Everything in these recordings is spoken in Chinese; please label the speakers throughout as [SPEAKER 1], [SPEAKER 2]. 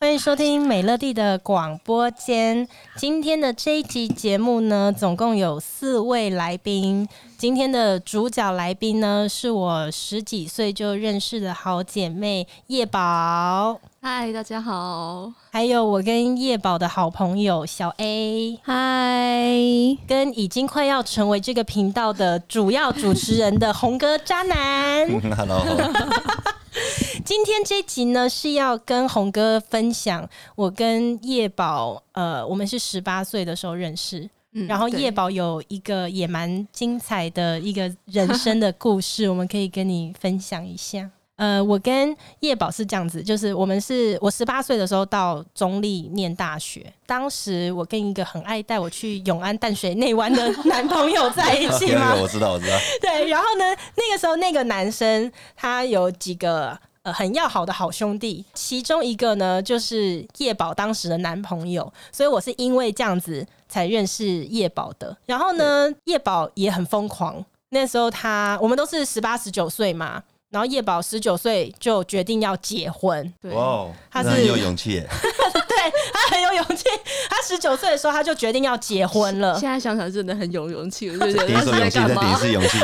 [SPEAKER 1] 欢迎收听美乐蒂的广播间。今天的这一集节目呢，总共有四位来宾。今天的主角来宾呢，是我十几岁就认识的好姐妹叶宝，
[SPEAKER 2] 嗨，大家好。
[SPEAKER 1] 还有我跟叶宝的好朋友小 A，
[SPEAKER 2] 嗨，
[SPEAKER 1] 跟已经快要成为这个频道的主要主持人的红哥渣男。
[SPEAKER 3] 嗯 Hello，
[SPEAKER 1] 今天这集呢是要跟红哥分享我跟叶宝，呃，我们是十八岁的时候认识，
[SPEAKER 2] 嗯
[SPEAKER 1] 然后
[SPEAKER 2] 对
[SPEAKER 1] 叶宝有一个也蛮精彩的一个人生的故事，我们可以跟你分享一下。 呃，我跟叶宝是这样子，就是我们是我十八岁的时候到中立念大学，当时我跟一个很爱带我去永安淡水内湾的男朋友在一起
[SPEAKER 3] 有
[SPEAKER 1] 吗
[SPEAKER 3] 有？我知道我知道，
[SPEAKER 1] 对，然后呢，那个时候那个男生他有几个呃很要好的好兄弟，其中一个呢就是叶宝当时的男朋友，所以我是因为这样子才认识叶宝的。然后呢，叶宝也很疯狂，那时候他我们都是十八十九岁嘛。然后叶宝十九岁就决定要结婚，
[SPEAKER 2] 对，
[SPEAKER 3] 哇哦，
[SPEAKER 1] 他是
[SPEAKER 3] 那很有勇气耶，
[SPEAKER 1] 对他很有勇气。他十九岁的时候他就决定要结婚了，
[SPEAKER 2] 现在想想真的很有勇气，我就觉得
[SPEAKER 3] 第一首
[SPEAKER 2] 在
[SPEAKER 3] 勇气，
[SPEAKER 2] 干
[SPEAKER 3] 这第一
[SPEAKER 2] 嘛？
[SPEAKER 3] 次勇气，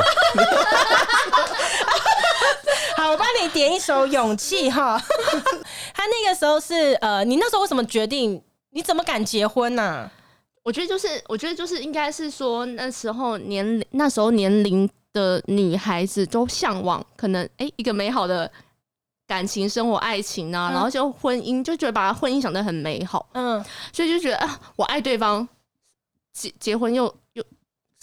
[SPEAKER 1] 好，我帮你点一首《勇气》哈。 他那个时候是呃，你那时候为什么决定？你怎么敢结婚呢、
[SPEAKER 2] 我觉得就是，我觉得就是应该是说那时候年龄，那时候年龄的女孩子都向往可能哎、一个美好的感情生活、爱情啊，
[SPEAKER 1] 嗯
[SPEAKER 2] 然后就婚姻，就觉得把婚姻想得很美好，
[SPEAKER 1] 嗯，
[SPEAKER 2] 所以就觉得啊，我爱对方，结结婚又又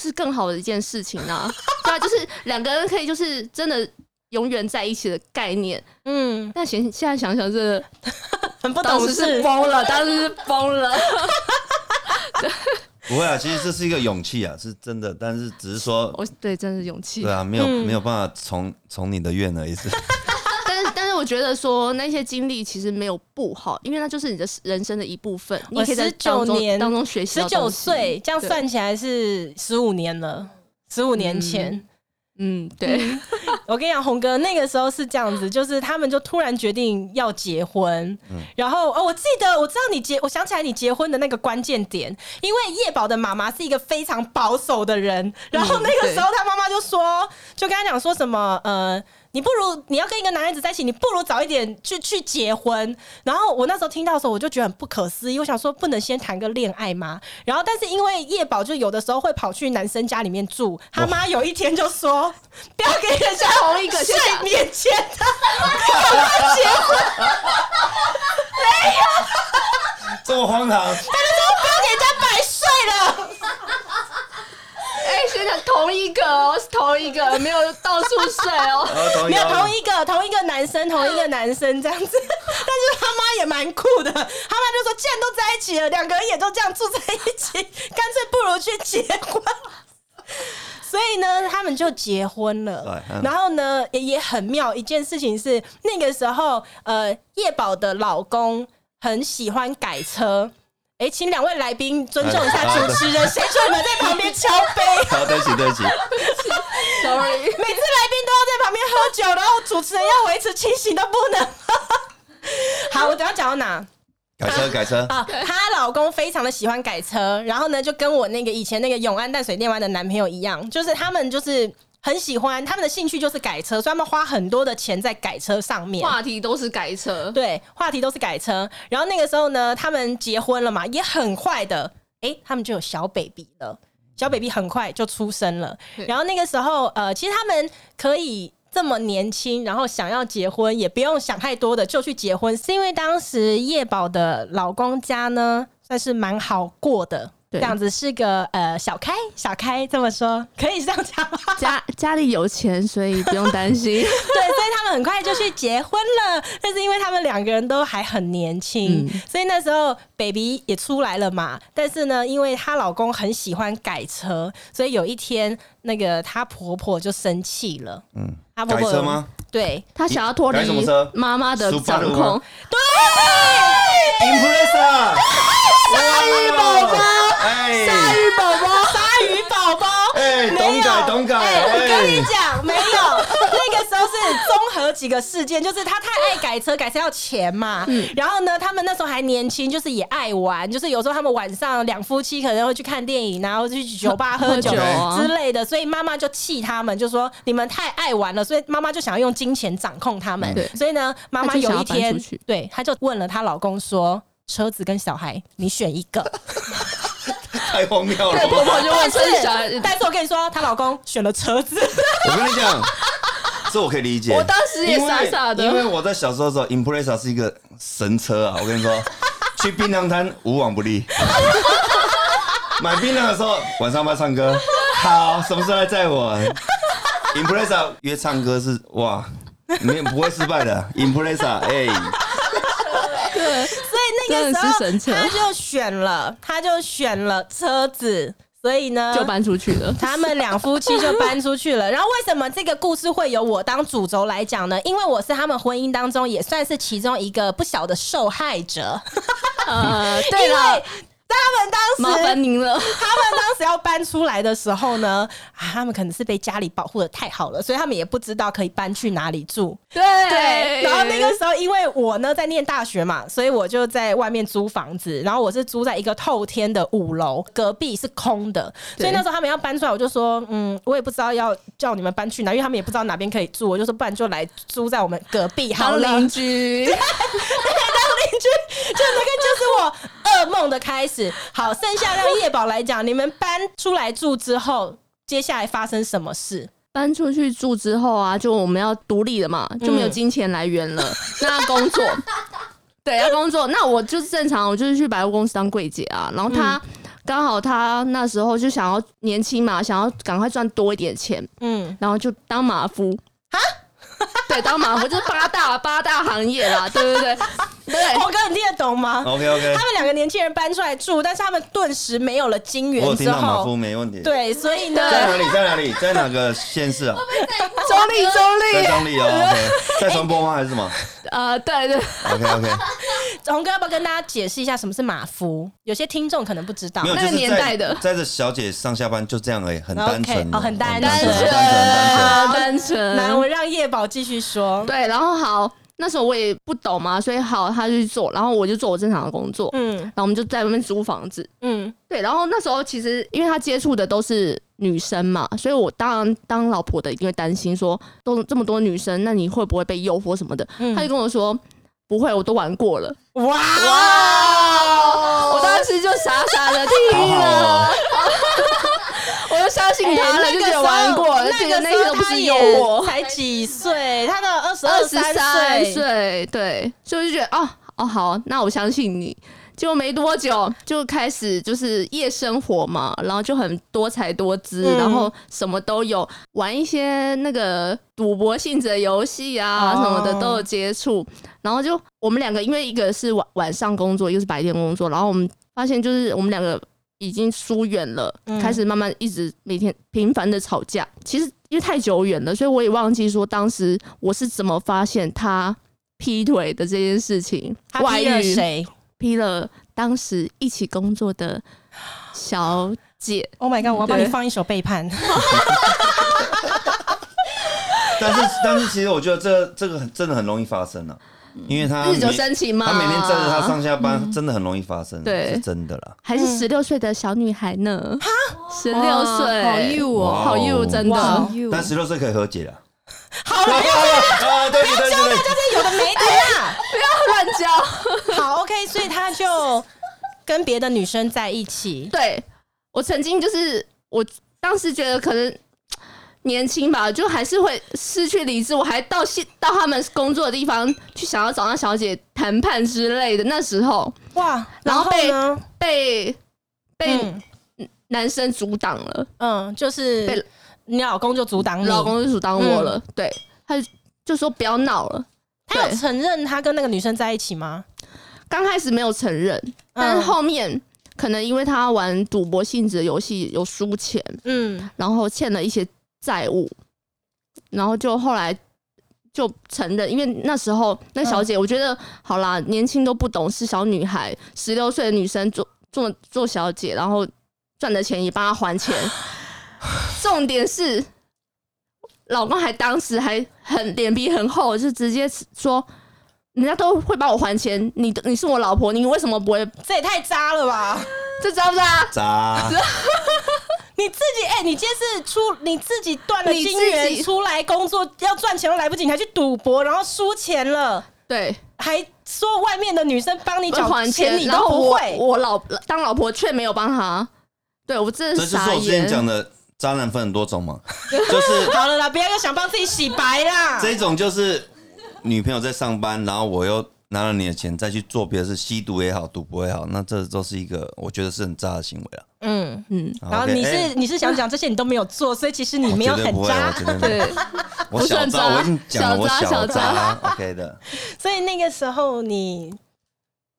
[SPEAKER 2] 是更好的一件事情 啊，对啊，就是两个人可以就是真的永远在一起的概念。
[SPEAKER 1] 嗯，
[SPEAKER 2] 但现现在想想，真的
[SPEAKER 1] 很不
[SPEAKER 2] 当
[SPEAKER 1] 懂
[SPEAKER 2] 时是
[SPEAKER 1] 事。
[SPEAKER 2] 疯了，当时是疯了。
[SPEAKER 3] 不会啊，其实这是一个勇气啊，是真的，但是只是说，
[SPEAKER 2] 我对，真的是勇气
[SPEAKER 3] 对。啊，没有
[SPEAKER 1] 嗯
[SPEAKER 3] 没有办法从从你的愿而已，是
[SPEAKER 2] 但是，但是我觉得说那些经历其实没有不好，因为那就是你的人生的一部分，你
[SPEAKER 1] 我
[SPEAKER 2] 可以在
[SPEAKER 1] 19
[SPEAKER 2] 当中
[SPEAKER 1] 年
[SPEAKER 2] 当中学习
[SPEAKER 1] 十
[SPEAKER 2] 到
[SPEAKER 1] 九
[SPEAKER 2] 东西。
[SPEAKER 1] 岁，这样
[SPEAKER 2] 对
[SPEAKER 1] 算起来是十五年了。十五年前，
[SPEAKER 2] 嗯，对，
[SPEAKER 1] 我跟你讲，红哥那个时候是这样子，就是他们就突然决定要结婚，然后哦，我记得我知道你结，我想起来你结婚的那个关键点，因为叶宝的妈妈是一个非常保守的人，然后那个时候他妈妈就说，就跟他讲说什么呃。你不如你要跟一个男孩子在一起，你不如早一点去去结婚。然后我那时候听到的时候，我就觉得很不可思议，我想说不能先谈个恋爱吗？然后但是因为叶宝就有的时候会跑去男生家里面住，他妈有一天就说 不要给人家
[SPEAKER 2] 同一个
[SPEAKER 1] 睡
[SPEAKER 2] 现在
[SPEAKER 1] 面前的，
[SPEAKER 3] 这么荒唐，
[SPEAKER 1] 不要给人家白睡了。
[SPEAKER 2] 哎、学长同一个哦，是同一个，没有到处睡 哦。
[SPEAKER 3] 然后同
[SPEAKER 1] 没有同
[SPEAKER 3] 意，
[SPEAKER 1] 一个同一个男生，同一个男生这样 子，但是他妈也蛮酷的，他妈就说既然都在一起了，两个人也都这样住在一 起，干脆不如去结婚。所以呢，他们就结婚了
[SPEAKER 3] 对。嗯
[SPEAKER 1] 然后呢，也也很妙一件事情是，那个时候呃，叶宝的老公很喜欢改车。哎、请两位来宾尊重一下
[SPEAKER 3] 哎
[SPEAKER 1] 主持人，谁说你们在旁边敲杯？
[SPEAKER 3] 好，对不起对不起，
[SPEAKER 2] Sorry，
[SPEAKER 1] 每次来宾都要在旁边喝酒，然后主持人要维持清醒都不能 喝。好，我等一下讲到哪
[SPEAKER 3] 改车改车，
[SPEAKER 1] 啊？她老公非常的喜欢改车，然后呢，就跟我那个以前那个永安淡水恋湾的男朋友一样，就是他们就是很喜欢，他们的兴趣就是改车，所以他们花很多的钱在改车上面。
[SPEAKER 2] 话题都是改车，
[SPEAKER 1] 对，话题都是改车。然后那个时候呢，他们结婚了嘛，也很快的，诶，他们就有小 baby 了，小 baby 很快就出生了。
[SPEAKER 2] 对
[SPEAKER 1] 然后那个时候，呃，其实他们可以。这么年轻，然后想要结婚，也不用想太多的就去结婚，是因为当时叶宝的老公家呢，算是蛮好过的，这
[SPEAKER 2] 对
[SPEAKER 1] 样子是个呃小开小开这么说，可以这样讲吗？
[SPEAKER 2] 家家里有钱，所以不用担 心。
[SPEAKER 1] 对，所以他们很快就去结婚了。但是因为他们两个人都还很年轻，
[SPEAKER 3] 嗯
[SPEAKER 1] 所以那时候 baby 也出来了嘛。但是呢，因为她老公很喜欢改车，所以有一天那个她婆婆就生气了。嗯，她婆
[SPEAKER 3] 改
[SPEAKER 1] 婆
[SPEAKER 3] 车吗？
[SPEAKER 1] 对
[SPEAKER 2] 他想要脱
[SPEAKER 3] 改什么
[SPEAKER 2] 离
[SPEAKER 3] 车
[SPEAKER 2] 妈妈的
[SPEAKER 3] Subaru
[SPEAKER 2] 掌
[SPEAKER 3] 吗
[SPEAKER 2] 控，
[SPEAKER 1] 对，
[SPEAKER 3] ？Impresa，鲨鱼宝宝，哎
[SPEAKER 1] 鲨鱼宝宝，鲨鱼宝宝。
[SPEAKER 3] 哎，
[SPEAKER 1] 没有
[SPEAKER 3] 懂改懂改，
[SPEAKER 1] 哎我跟你
[SPEAKER 3] 哎
[SPEAKER 1] 几个事件，就是他太爱改车，改车要钱嘛。
[SPEAKER 2] 嗯
[SPEAKER 1] 然后呢，他们那时候还年轻，就是也爱玩，就是有时候他们晚上两夫妻可能会去看电影，然后去酒吧喝
[SPEAKER 2] 喝
[SPEAKER 1] 酒
[SPEAKER 2] 酒啊
[SPEAKER 1] 之类的，所以妈妈就气他们，就说你们太爱玩了，所以妈妈就想要用金钱掌控他们
[SPEAKER 2] 嗯对。
[SPEAKER 1] 所以呢，妈妈
[SPEAKER 2] 她就想
[SPEAKER 1] 有一
[SPEAKER 2] 要搬
[SPEAKER 1] 天
[SPEAKER 2] 出去，
[SPEAKER 1] 对，她就问了她老公说：“车子跟小孩，你选一个。”
[SPEAKER 3] 太荒谬了
[SPEAKER 2] 哎对，。婆婆就问车
[SPEAKER 1] 但
[SPEAKER 2] 是
[SPEAKER 1] 是
[SPEAKER 2] 小孩，
[SPEAKER 1] 但是我跟你说，她老公选了车子，
[SPEAKER 3] 我跟你 讲，这我可以理解。
[SPEAKER 2] 我当时也傻傻的
[SPEAKER 3] 因为因为我在小时候的时候，Impreza 是一个神车啊！我跟你 说，去槟榔摊无往不利。买槟榔的时候，晚上要不要唱歌？好，什么时候来载我？Impreza 约唱歌是哇，没有不会失败的。Impreza，哎、
[SPEAKER 1] 所以那个时
[SPEAKER 2] 真的是
[SPEAKER 1] 候她
[SPEAKER 2] 神车
[SPEAKER 1] 就选了，她就选了车子，所以呢，
[SPEAKER 2] 就搬出去了。
[SPEAKER 1] 他们两夫妻就搬出去了。然后为什么这个故事会由我当主轴来讲呢？因为我是他们婚姻当中也算是其中一个不小的受害者。
[SPEAKER 2] 呃， 对了，
[SPEAKER 1] 他们
[SPEAKER 2] 麻
[SPEAKER 1] 当时
[SPEAKER 2] 烦您了。
[SPEAKER 1] 他们当时要搬出来的时候呢，啊，他们可能是被家里保护的太好了，所以他们也不知道可以搬去哪里住。
[SPEAKER 2] 对
[SPEAKER 1] 对，然后那个时候因为我呢在念大学嘛，所以我就在外面租房子，然后我是租在一个透天的五楼，隔壁是空的，
[SPEAKER 2] 对
[SPEAKER 1] 所以那时候他们要搬出来，我就说，嗯，我也不知道要叫你们搬去哪，因为他们也不知道哪边可以住，我就说不然就来租在我们隔壁好
[SPEAKER 2] 当
[SPEAKER 1] 了。
[SPEAKER 2] 邻居，
[SPEAKER 1] 就就那个就是我呃噩梦的开始。好，剩下让叶宝来讲，你们搬出来住之后，接下来发生什么事？
[SPEAKER 2] 搬出去住之后啊，就我们要独立了嘛，就没有
[SPEAKER 1] 嗯
[SPEAKER 2] 金钱来源了，那要工作，对，要工作。那我就是正常，我就是去百货公司当柜姐啊。然后他刚、好他那时候就想要年轻嘛，想要赶快赚多一点钱，
[SPEAKER 1] 嗯，
[SPEAKER 2] 然后就当马夫啊，对，当马夫就是八大八大行业啦，对对对对。
[SPEAKER 1] 我哦哥，你听得懂吗？
[SPEAKER 3] o k OK，
[SPEAKER 1] 他们两个年轻人搬出来住，但是他们顿时没有了金
[SPEAKER 3] 我有
[SPEAKER 1] 源
[SPEAKER 3] 听
[SPEAKER 1] 之
[SPEAKER 3] 到马
[SPEAKER 1] 后
[SPEAKER 3] 夫，没问题。，
[SPEAKER 1] 对，所以呢，
[SPEAKER 3] 在哪里？在哪里？在哪个县市 啊？
[SPEAKER 2] 中立中
[SPEAKER 3] 在
[SPEAKER 2] 立，
[SPEAKER 3] 中立哦。OK，在传播吗？还是什么
[SPEAKER 2] 呃，对对，
[SPEAKER 3] ？OK OK，
[SPEAKER 1] 红哥要不要跟大家解释一下什么是马夫？有些听众可能不知道
[SPEAKER 3] 没。有，
[SPEAKER 2] 那
[SPEAKER 3] 就
[SPEAKER 2] 个
[SPEAKER 3] 是
[SPEAKER 2] 年
[SPEAKER 3] 在
[SPEAKER 2] 代的
[SPEAKER 3] 载着小姐上下班就这样而已，很单
[SPEAKER 1] OK，
[SPEAKER 3] 纯
[SPEAKER 1] 哦很单
[SPEAKER 3] 单
[SPEAKER 1] 纯
[SPEAKER 3] 纯，很单
[SPEAKER 1] 纯
[SPEAKER 2] 单纯，
[SPEAKER 1] 来，我让叶宝继续说。
[SPEAKER 2] 对，然后好，那时候我也不懂嘛，所以好，他就去做，然后我就做我正常的工作，
[SPEAKER 1] 嗯
[SPEAKER 2] 然后我们就在外面租房子。
[SPEAKER 1] 嗯
[SPEAKER 2] 对，然后那时候其实因为他接触的都是女生嘛，所以我当然当老婆的一定会担心说，都这么多女生，那你会不会被诱惑什么的？他就
[SPEAKER 1] 嗯，
[SPEAKER 2] 跟我说。不会，我都玩过了。
[SPEAKER 1] 哇哦
[SPEAKER 2] 哇！我当时就傻傻的
[SPEAKER 3] 纯，
[SPEAKER 2] 听
[SPEAKER 3] 好
[SPEAKER 2] 了，
[SPEAKER 3] 好哦。
[SPEAKER 2] 我就相信他
[SPEAKER 1] 哎
[SPEAKER 2] 了，
[SPEAKER 1] 那
[SPEAKER 2] 就
[SPEAKER 1] 个
[SPEAKER 2] 觉
[SPEAKER 1] 时
[SPEAKER 2] 得
[SPEAKER 1] 候
[SPEAKER 2] 玩过了，
[SPEAKER 1] 那
[SPEAKER 2] 觉得
[SPEAKER 1] 个
[SPEAKER 2] 那
[SPEAKER 1] 时
[SPEAKER 2] 些都
[SPEAKER 1] 候
[SPEAKER 2] 不
[SPEAKER 1] 他
[SPEAKER 2] 是
[SPEAKER 1] 也
[SPEAKER 2] 诱惑。
[SPEAKER 1] 才几岁，他的二十
[SPEAKER 2] 二
[SPEAKER 1] 二
[SPEAKER 2] 十三
[SPEAKER 1] 岁，
[SPEAKER 2] 岁，对，所以我就觉得哦哦好，那我相信你。结果没多久就开始就是夜生活嘛，然后就很多才多姿，
[SPEAKER 1] 嗯
[SPEAKER 2] 然后什么都有，玩一些那个赌博性质的游戏啊、
[SPEAKER 1] 哦
[SPEAKER 2] 什么的都有接触。然后就我们两个，因为一个是晚晚上工作，一个是白天工作，然后我们发现就是我们两个已经疏远了，
[SPEAKER 1] 嗯
[SPEAKER 2] 开始慢慢一直每天频繁的吵架。其实因为太久远了，所以我也忘记说当时我是怎么发现他劈腿的这件事情。
[SPEAKER 1] 他
[SPEAKER 2] 外
[SPEAKER 1] 劈了
[SPEAKER 2] 遇
[SPEAKER 1] 谁
[SPEAKER 2] 劈了当时一起工作的小姐，
[SPEAKER 1] ？Oh my god！我要帮你
[SPEAKER 2] 对
[SPEAKER 1] 放一首《背叛》。
[SPEAKER 3] 但是但是，其实我觉得这这个很真的很容易发生了，因为他
[SPEAKER 2] 日久
[SPEAKER 3] 每
[SPEAKER 2] 生情嘛。
[SPEAKER 3] 他每天载着她上下班，真的很容易发生，
[SPEAKER 2] 对
[SPEAKER 3] 是真的啦。
[SPEAKER 2] 还是十六岁的小女孩呢？十六
[SPEAKER 4] 哇
[SPEAKER 2] 岁，
[SPEAKER 4] 好幼
[SPEAKER 3] 哦
[SPEAKER 2] 好幼，真
[SPEAKER 1] 哇
[SPEAKER 2] 的
[SPEAKER 1] 哦。
[SPEAKER 4] 哦
[SPEAKER 3] 但十六岁可以和解了。
[SPEAKER 1] 好了，
[SPEAKER 3] 啊，对不起对不起对不起
[SPEAKER 1] 这有的没的啦。
[SPEAKER 2] 乱 交。
[SPEAKER 1] 好，OK，所以他就跟别的女生在一起。
[SPEAKER 2] 对我曾经就是我当时觉得可能年轻吧，就还是会失去理智，我还到现到他们工作的地方去想要找那小姐谈判之类的。那时候
[SPEAKER 1] 哇，然
[SPEAKER 2] 然后
[SPEAKER 1] 后
[SPEAKER 2] 被
[SPEAKER 1] 呢？
[SPEAKER 2] 被被
[SPEAKER 1] 嗯
[SPEAKER 2] 男生阻挡了，
[SPEAKER 1] 嗯，就是
[SPEAKER 2] 被
[SPEAKER 1] 你老公就阻挡你，
[SPEAKER 2] 老公就阻挡我了，对，他就就说不要闹了。
[SPEAKER 1] 他有
[SPEAKER 2] 对
[SPEAKER 1] 承认他跟那个女生在一起吗？嗯
[SPEAKER 2] 刚开始没有承认，但是后面可能因为他玩赌博性质的游戏有输钱，
[SPEAKER 1] 嗯
[SPEAKER 2] 然后欠了一些债务，然后就后来就承认，因为那时候那小姐，我觉得、好啦，年轻都不懂事，小女孩，十六岁的女生做做做小姐，然后赚的钱也帮她还钱。重点是，老公还当时还很脸皮很厚，就直接说。人家都会帮我还钱，你你是我老婆，你为什么不会？
[SPEAKER 1] 这也太渣了 吧！
[SPEAKER 2] 这啊渣不渣？
[SPEAKER 3] 渣，
[SPEAKER 1] 你自己哎、你今天是出你自己断了
[SPEAKER 2] 你
[SPEAKER 1] 金
[SPEAKER 2] 自
[SPEAKER 1] 元
[SPEAKER 2] 己
[SPEAKER 1] 出来工作要赚钱都来不及，你还去赌博，然后输钱了，
[SPEAKER 2] 对，
[SPEAKER 1] 还说外面的女生帮你缴
[SPEAKER 2] 还
[SPEAKER 1] 钱，
[SPEAKER 2] 钱，
[SPEAKER 1] 你
[SPEAKER 2] 然
[SPEAKER 1] 都
[SPEAKER 2] 后
[SPEAKER 1] 不
[SPEAKER 2] 我
[SPEAKER 1] 会。
[SPEAKER 2] 我老当老婆却没有帮他，对我真的
[SPEAKER 3] 这就是
[SPEAKER 2] 傻
[SPEAKER 3] 我之前
[SPEAKER 2] 眼。
[SPEAKER 3] 讲的渣男分很多种嘛，就是
[SPEAKER 1] 好了啦，不要又想帮自己洗白啦。
[SPEAKER 3] 这种就是女朋友在上班，然后我又拿了你的钱再去做别的事，吸毒也好，赌博也好，那这都是一个我觉得是很渣的行为了。
[SPEAKER 1] 嗯，
[SPEAKER 2] 嗯，
[SPEAKER 3] 好
[SPEAKER 1] 然后
[SPEAKER 3] OK，
[SPEAKER 1] 你是、
[SPEAKER 3] 哎
[SPEAKER 1] 你是想讲这些你都没有做，所以其实你没有
[SPEAKER 3] 我绝对
[SPEAKER 1] 很
[SPEAKER 3] 不会，
[SPEAKER 1] 渣
[SPEAKER 3] 我。绝对不会
[SPEAKER 2] 对，
[SPEAKER 3] 我小
[SPEAKER 2] 不算渣
[SPEAKER 3] 我已经讲了，我
[SPEAKER 2] 小渣
[SPEAKER 3] 小
[SPEAKER 2] 小
[SPEAKER 3] 渣，OK 的。
[SPEAKER 1] 所以那个时候你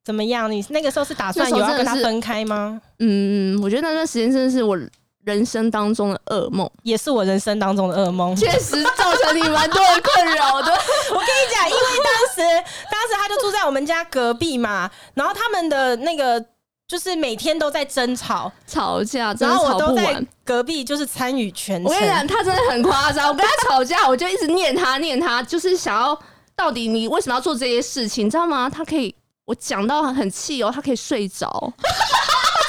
[SPEAKER 1] 怎么样？你那个时候是打算
[SPEAKER 2] 那时
[SPEAKER 1] 有
[SPEAKER 2] 候
[SPEAKER 1] 要
[SPEAKER 2] 真的
[SPEAKER 1] 跟他
[SPEAKER 2] 是
[SPEAKER 1] 分开吗？
[SPEAKER 2] 嗯，我觉得那段时间真的是我人生当中的噩梦，
[SPEAKER 1] 也是我人生当中的噩梦。
[SPEAKER 2] 确实造成你蛮多的困扰的。
[SPEAKER 1] 我跟你讲，因为当时当时他就住在我们家隔壁嘛，然后他们的那个就是每天都在争吵，
[SPEAKER 2] 吵架真
[SPEAKER 1] 然
[SPEAKER 2] 的
[SPEAKER 1] 后我
[SPEAKER 2] 吵
[SPEAKER 1] 都
[SPEAKER 2] 不
[SPEAKER 1] 在
[SPEAKER 2] 完。
[SPEAKER 1] 隔壁就是参与全
[SPEAKER 2] 我
[SPEAKER 1] 程
[SPEAKER 2] 跟你。讲，他真的很夸张。我跟他吵架，我就一直念他，念他，就是想要到底你为什么要做这些事情，你知道吗？他可以，我讲到很气哦，他可以睡着，他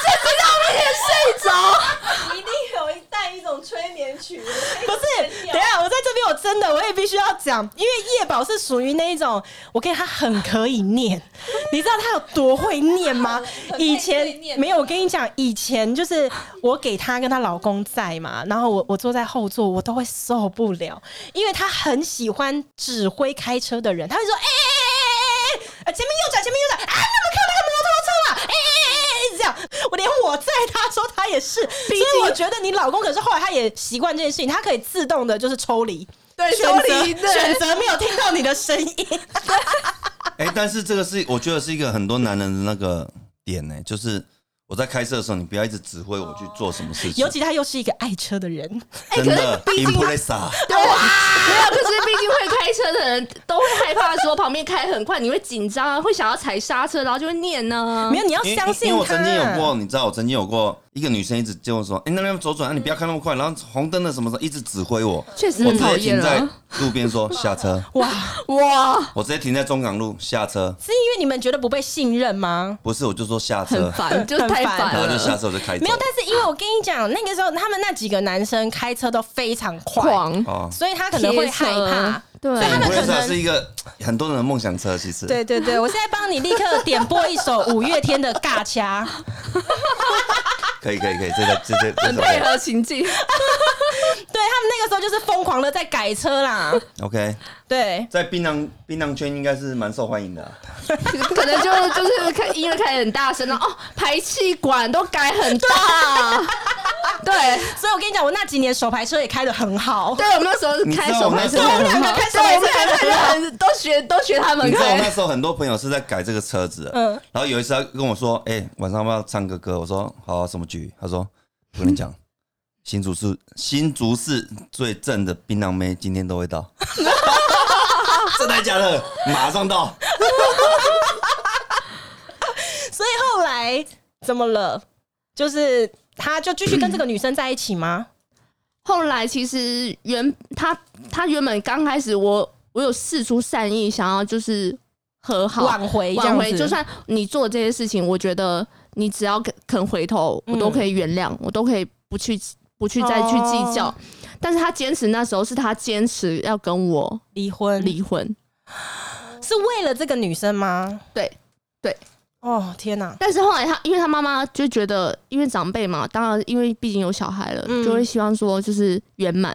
[SPEAKER 2] 直接在我面前睡着。
[SPEAKER 4] 一定有一带一种催眠曲，
[SPEAKER 1] 不
[SPEAKER 4] 不
[SPEAKER 1] 是，等一下，我在这边我真的我也必须要讲，因为叶宝是属于那一种，我跟你讲他很可以念，你知道他有多会念吗？以
[SPEAKER 4] 很可以
[SPEAKER 1] 前
[SPEAKER 4] 念
[SPEAKER 1] 没有，我跟你讲，以前就是我给她跟她老公在嘛，然后我我坐在后座，我都会受不了，因为她很喜欢指挥开车的人，她会说，哎哎哎哎哎哎哎，呃前面右转，前面右转，啊，你们看那个摩托车啦，哎哎哎哎哎，这样，我连我在她说她也是，所以我觉得你老公可是后来他也习惯这件事情，他可以自动的就是抽离。
[SPEAKER 2] 对
[SPEAKER 1] 选择选择没有听到你的声音，
[SPEAKER 3] 哎、但是这个是我觉得是一个很多男人的那个点呢、就是我在开车的时候，你不要一直指挥我去做什么事情，
[SPEAKER 1] 尤其他又是一个爱车的人，
[SPEAKER 3] 真的
[SPEAKER 2] 可是毕竟
[SPEAKER 3] i m p r e s a
[SPEAKER 2] 对，没 有。可是毕竟会开车的人都会害怕，说旁边开很快，你会紧张啊，会想要踩刹车，然后就会念呢、
[SPEAKER 1] 没有你要
[SPEAKER 3] 因为
[SPEAKER 1] 相信
[SPEAKER 3] 因为我
[SPEAKER 1] 他。
[SPEAKER 3] 曾经有过，你知道，我曾经有过一个女生一直叫我说：“哎、那边左转，啊、你不要开那么快。”然后红灯的什么时候一直指挥我，
[SPEAKER 2] 确实
[SPEAKER 3] 我
[SPEAKER 2] 很
[SPEAKER 3] 直
[SPEAKER 2] 讨
[SPEAKER 3] 接
[SPEAKER 2] 厌
[SPEAKER 1] 啊
[SPEAKER 3] 停在
[SPEAKER 2] 了。
[SPEAKER 3] 路边说下车，
[SPEAKER 2] 哇，
[SPEAKER 3] 我直接停在中港路下车，
[SPEAKER 1] 是因为你们觉得不被信任吗？
[SPEAKER 3] 不是我就说下车
[SPEAKER 2] 很，烦，就
[SPEAKER 1] 很
[SPEAKER 2] 太
[SPEAKER 1] 烦啊
[SPEAKER 2] 烦
[SPEAKER 3] 然后就下
[SPEAKER 2] 了，
[SPEAKER 3] 车我就开走
[SPEAKER 1] 没有，但是因为我跟你讲，那个时候他们那几个男生开车都非常快，
[SPEAKER 2] 狂。
[SPEAKER 3] 哦。
[SPEAKER 1] 所以他可能会害怕。
[SPEAKER 2] 对，
[SPEAKER 1] 所以他们
[SPEAKER 3] i m p
[SPEAKER 1] 可
[SPEAKER 3] r e s
[SPEAKER 1] 能
[SPEAKER 3] a 是一个很多人的梦想车，其实
[SPEAKER 1] 对对对，我现在帮你立刻点播一首五月天的《尬掐》，
[SPEAKER 3] 可以可以可以，这个这这这
[SPEAKER 2] 很
[SPEAKER 3] 首
[SPEAKER 2] 配
[SPEAKER 3] 歌
[SPEAKER 2] 合情境。
[SPEAKER 1] 对他们那个时候就是疯狂的在改车啦。
[SPEAKER 3] OK，
[SPEAKER 1] 对，
[SPEAKER 3] 在槟榔槟榔圈应该是蛮受欢迎的啊、
[SPEAKER 2] 可能就就是开音乐开得很大声，然后哦排气管都改 很大，对
[SPEAKER 1] 所以我跟你讲，我那几年手排车也开的很好。
[SPEAKER 2] 对，我们那时候开手排车
[SPEAKER 3] 你知道我那时候
[SPEAKER 2] 很好，对，我们两个开得很都学都学他们
[SPEAKER 3] 你知道我那
[SPEAKER 2] 开，
[SPEAKER 3] 时候很多朋友是在改这个车子的，
[SPEAKER 1] 嗯
[SPEAKER 3] 然后有一次他跟我说，哎、晚上要不要唱个歌？我说好、啊，什么局？他说我跟你讲，新竹市新竹市最正的槟榔妹今天都会到，真的假的？马上到，
[SPEAKER 1] 所以后来怎么了？就是他就继续跟这个女生在一起吗？
[SPEAKER 2] 后来其实原他他原本刚开始我我有试出善意，想要就是和好
[SPEAKER 1] 挽回这样
[SPEAKER 2] 挽
[SPEAKER 1] 子，
[SPEAKER 2] 回，就算你做这些事情，我觉得你只要肯肯回头，
[SPEAKER 1] 嗯
[SPEAKER 2] 我都可以原谅，我都可以不去不去再去计较。
[SPEAKER 1] 哦
[SPEAKER 2] 但是他坚持那时候是他坚持要跟我
[SPEAKER 1] 离婚，
[SPEAKER 2] 离婚，
[SPEAKER 1] 是为了这个女生吗？
[SPEAKER 2] 对对。
[SPEAKER 1] 哦天哪！
[SPEAKER 2] 但是后来他因为他妈妈就觉得，因为长辈嘛，当然因为毕竟有小孩了，
[SPEAKER 1] 嗯
[SPEAKER 2] 就会希望说就是圆满，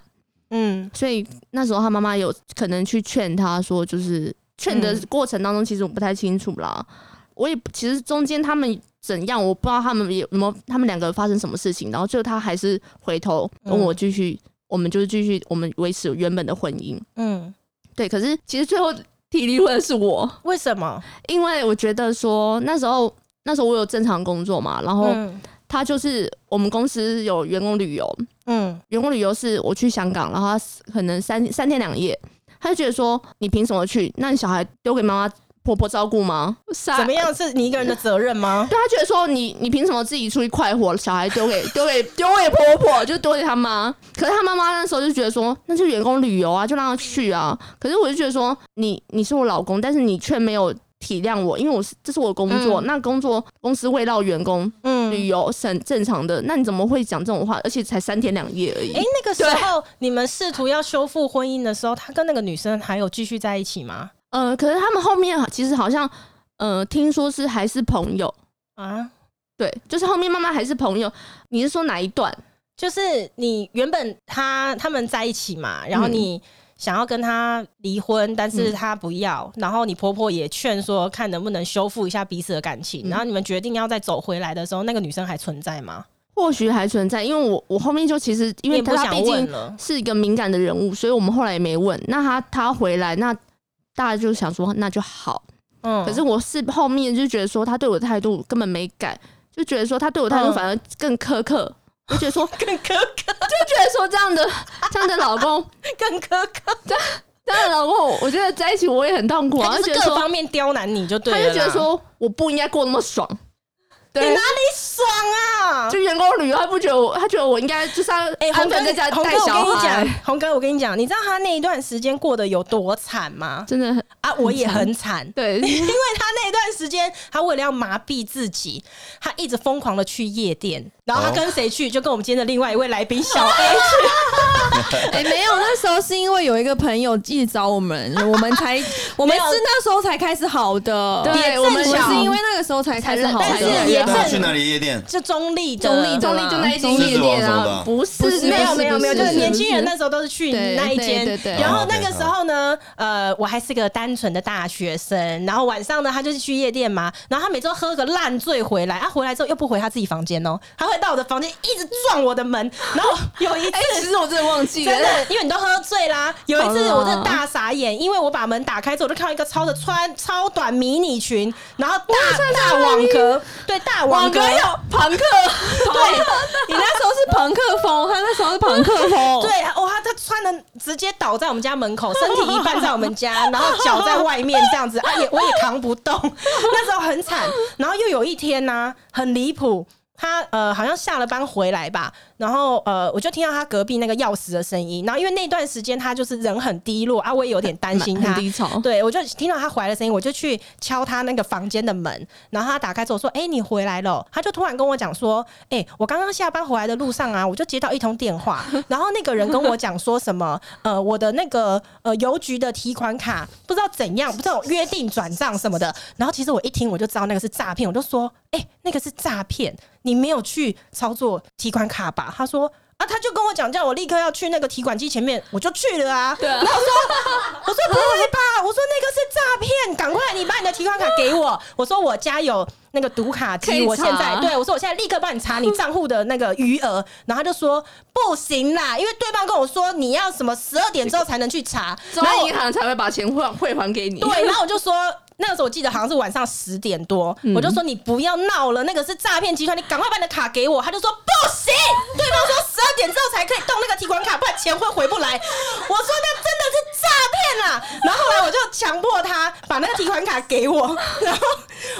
[SPEAKER 1] 嗯，
[SPEAKER 2] 所以那时候他妈妈有可能去劝他说，就是劝的
[SPEAKER 1] 嗯
[SPEAKER 2] 过程当中，其实我不太清楚啦。我也其实中间他们怎样，我不知道他们有没有他们两个发生什么事情，然后最后他还是回头跟我继续，我们就是继续我们维持原本的婚姻。
[SPEAKER 1] 嗯，
[SPEAKER 2] 对，可是其实最后提离婚的是我，
[SPEAKER 1] 为什么？
[SPEAKER 2] 因为我觉得说那时候那时候我有正常工作嘛，然后
[SPEAKER 1] 嗯
[SPEAKER 2] 他就是我们公司有员工旅游，
[SPEAKER 1] 嗯
[SPEAKER 2] 员工旅游是我去香港，然后他可能三三天两夜，他就觉得说你凭什么去？那你小孩丢给妈妈婆婆照顾吗？
[SPEAKER 1] 怎
[SPEAKER 2] 怎
[SPEAKER 1] 么？样？是你一个人的责任 吗？
[SPEAKER 2] 对他觉得说你你凭什么自己出去快活，小孩丢给丢给丢给婆婆，就丢给他妈。可是他妈妈那时候就觉得说，那就员工旅游啊，就让他去啊。可是我就觉得说，你你是我老公，但是你却没有体谅我，因为我是这是我的工作，
[SPEAKER 1] 嗯
[SPEAKER 2] 那工作公司为到员工
[SPEAKER 1] 嗯，
[SPEAKER 2] 旅游是很正常的，那你怎么会讲这种话？而且才三天两夜而已。
[SPEAKER 1] 哎、那个时候你们试图要修复婚姻的时候，他跟那个女生还有继续在一起吗？
[SPEAKER 2] 呃，可是他们后面其实好像，呃，听说是还是朋友，
[SPEAKER 1] 啊，
[SPEAKER 2] 对，就是后面慢慢还是朋友。你是说哪一段？
[SPEAKER 1] 就是你原本他他们在一起嘛，然后
[SPEAKER 2] 嗯
[SPEAKER 1] 你想要跟他离婚，但是他不要，然后你婆婆也劝说看能不能修复一下彼此的感情，
[SPEAKER 2] 嗯
[SPEAKER 1] 然后你们决定要再走回来的时候，那个女生还存在吗？
[SPEAKER 2] 或许还存在，因为我我后面就其实
[SPEAKER 1] 你
[SPEAKER 2] 因为
[SPEAKER 1] 也不
[SPEAKER 2] 他
[SPEAKER 1] 想
[SPEAKER 2] 毕
[SPEAKER 1] 问
[SPEAKER 2] 竟
[SPEAKER 1] 了，
[SPEAKER 2] 是一个敏感的人物，所以我们后来也没问。那他他回来，那大家就想说那就好。
[SPEAKER 1] 嗯
[SPEAKER 2] 可是我是后面就觉得说他对我的态度根本没改，就觉得说他对我态度
[SPEAKER 1] 嗯
[SPEAKER 2] 反而更苛刻。我就觉得说，就
[SPEAKER 1] 更苛刻，
[SPEAKER 2] 觉得说这样的这样的老公，
[SPEAKER 1] 更苛刻，
[SPEAKER 2] 这样的老公，我我觉得在一起我也很痛苦啊。
[SPEAKER 1] 他
[SPEAKER 2] 我
[SPEAKER 1] 就
[SPEAKER 2] 就是觉得
[SPEAKER 1] 各
[SPEAKER 2] 说，
[SPEAKER 1] 方面刁难你就对
[SPEAKER 2] 他
[SPEAKER 1] 了啦，
[SPEAKER 2] 就觉得说我不应该过那么爽。
[SPEAKER 1] 你哪
[SPEAKER 2] 对，
[SPEAKER 1] 里爽啊？
[SPEAKER 2] 就员工旅游，他不觉得我，他觉得我应该就是要
[SPEAKER 1] 哎、
[SPEAKER 2] 安
[SPEAKER 1] 红哥
[SPEAKER 2] 分在家
[SPEAKER 1] 红
[SPEAKER 2] 带
[SPEAKER 1] 哥，
[SPEAKER 2] 小
[SPEAKER 1] 我跟你
[SPEAKER 2] 孩
[SPEAKER 1] 讲，，红哥，我跟你讲，你知道他那一段时间过得有多惨吗？
[SPEAKER 2] 真的很
[SPEAKER 1] 啊，我也很惨。
[SPEAKER 2] 对，
[SPEAKER 1] 因为他那段时间，他为了要麻痹自己，他一直疯狂的去夜店，然后他
[SPEAKER 3] 哦
[SPEAKER 1] 跟谁去，就跟我们今天的另外一位来宾小 A 去。
[SPEAKER 4] 哎、没有，那时候是因为有一个朋友一直找 我们，我们才我们是那时候才开始好的，
[SPEAKER 2] 对
[SPEAKER 4] 也正
[SPEAKER 2] 我们
[SPEAKER 4] 巧
[SPEAKER 2] 是
[SPEAKER 4] 是因为那个时候才开始好
[SPEAKER 1] 但是
[SPEAKER 4] 的。
[SPEAKER 1] 也
[SPEAKER 3] 那啊他去
[SPEAKER 1] 正
[SPEAKER 3] 哪里夜店？
[SPEAKER 1] 就中立的
[SPEAKER 4] 中立的
[SPEAKER 2] 中立就那一间夜店啊，不
[SPEAKER 4] 不
[SPEAKER 2] 是
[SPEAKER 4] 是
[SPEAKER 1] 没有没有没有，
[SPEAKER 4] 不
[SPEAKER 1] 就是是年轻人
[SPEAKER 2] 的
[SPEAKER 1] 那时候都是去
[SPEAKER 4] 对
[SPEAKER 1] 那一
[SPEAKER 4] 对
[SPEAKER 1] 间
[SPEAKER 4] 对对，
[SPEAKER 1] 然后
[SPEAKER 3] 哦
[SPEAKER 1] 那个
[SPEAKER 3] OK，
[SPEAKER 1] 时候呢，呃，我还是个单纯的大学生，然后晚上呢，他就是去夜店嘛，然后他每周喝个烂醉回来，他、啊回来之后又不回他自己房间哦，他会到我的房间一直撞我的 门，然后有一次
[SPEAKER 2] 哎，其实我真的忘记
[SPEAKER 1] 真
[SPEAKER 2] 了，
[SPEAKER 1] 的，因为你都喝醉啦。有一次
[SPEAKER 2] 好啦
[SPEAKER 1] 我真的大傻眼，因为我把门打开之后，我就看到一个超的穿超短迷你裙，然后大大网格，对大网
[SPEAKER 4] 网
[SPEAKER 1] 格
[SPEAKER 4] 格。有朋克，对，你那时候是朋克风，他那时候是朋克
[SPEAKER 2] 哦
[SPEAKER 4] 风，
[SPEAKER 1] 对，哇，他穿的直接倒在我们家门口，身体一半在我们家，然后脚在外面这样子，啊也我也扛不动， 那时候很惨。然后又有一天呢、很离谱，他呃好像下了班回来吧，然后呃我就听到他隔壁那个钥匙的声音，然后因为那段时间他就是人很低落啊，我也有点担心他，
[SPEAKER 2] 低潮，
[SPEAKER 1] 对，我就听到他回来的声音，我就去敲他那个房间的门，然后他打开之后说：“哎、你回来了哦。”他就突然跟我讲说：“哎、我刚刚下班回来的路上啊，我就接到一通电话，然后那个人跟我讲说什么，呃，我的那个呃邮局的提款卡不知道怎样，不知道有约定转账什么的。然后其实我一听我就知道那个是诈骗，我就说：哎、那个是诈骗，你没有去操作提款卡吧？他说。”啊！他就跟我讲，叫我立刻要去那个提款机前面，我就去了啊。对然后我说， 我说不会吧？我说那个是诈骗，赶快你把你的提款卡给 我。我说我家有那个读卡
[SPEAKER 2] 可以
[SPEAKER 1] 机，
[SPEAKER 2] 查
[SPEAKER 1] 我现在对我说我现在立刻帮你查你 账户的那个余额。然后他就说不行啦，因为对方跟我说你要什么十二点之后才能去查，
[SPEAKER 2] 中
[SPEAKER 1] 然后
[SPEAKER 2] 央
[SPEAKER 1] 我
[SPEAKER 2] 银行才会把钱汇汇还给你。
[SPEAKER 1] 对，然后我就说。那个时候我记得好像是晚上十点多，
[SPEAKER 2] 嗯
[SPEAKER 1] 我就说你不要闹了，那个是诈骗集团，你赶快把你的卡给我。他就说不行，对方说十二点之后才可以动那个提款卡，不然钱会回不来。我说那真的是诈骗啦。啊然后后来我就强迫他把那个提款卡给我，然后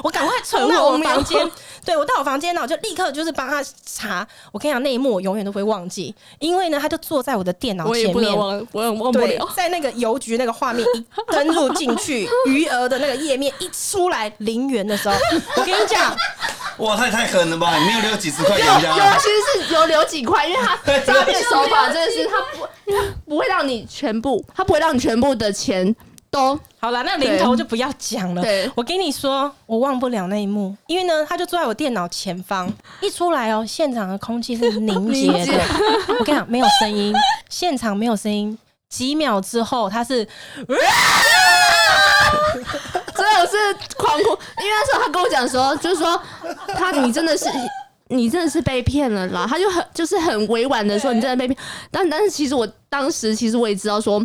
[SPEAKER 1] 我赶快冲到我房
[SPEAKER 2] 很荒
[SPEAKER 1] 间，对我到我房间呢，我就立刻就是帮他查。我跟你讲那一幕我永远都不会忘记，因为呢他就坐在我的电脑
[SPEAKER 2] 我也
[SPEAKER 1] 前
[SPEAKER 2] 不能
[SPEAKER 1] 面，
[SPEAKER 2] 忘，我也忘不
[SPEAKER 1] 对
[SPEAKER 2] 了，。
[SPEAKER 1] 在那个邮局那个画面一登录进去，余额的那个页面一出来零元的时 候，我跟你讲，
[SPEAKER 3] 哇，太太狠了吧！你没有留几十块给人
[SPEAKER 2] 有
[SPEAKER 3] 家啊
[SPEAKER 2] 啊，？其实是有留几块，因为他诈骗手法真的是他不他不会让你全部，他不会让你全部的钱都
[SPEAKER 1] 好了，那零头就不要讲了。
[SPEAKER 2] 对
[SPEAKER 1] 我跟你说，我忘不了那一幕，因为呢，他就坐在我电脑前方，一出来哦，现场的空气是凝结
[SPEAKER 2] 凝结
[SPEAKER 1] 的。我跟你讲，没有声音，现场没有声音。几秒之后，他是
[SPEAKER 2] 真的是狂哭，因为那时候他跟我讲说，就是说他你真的是。你真的是被骗了啦！他就很就是很委婉的说你真的被骗，但但是其实我当时其实我也知道说，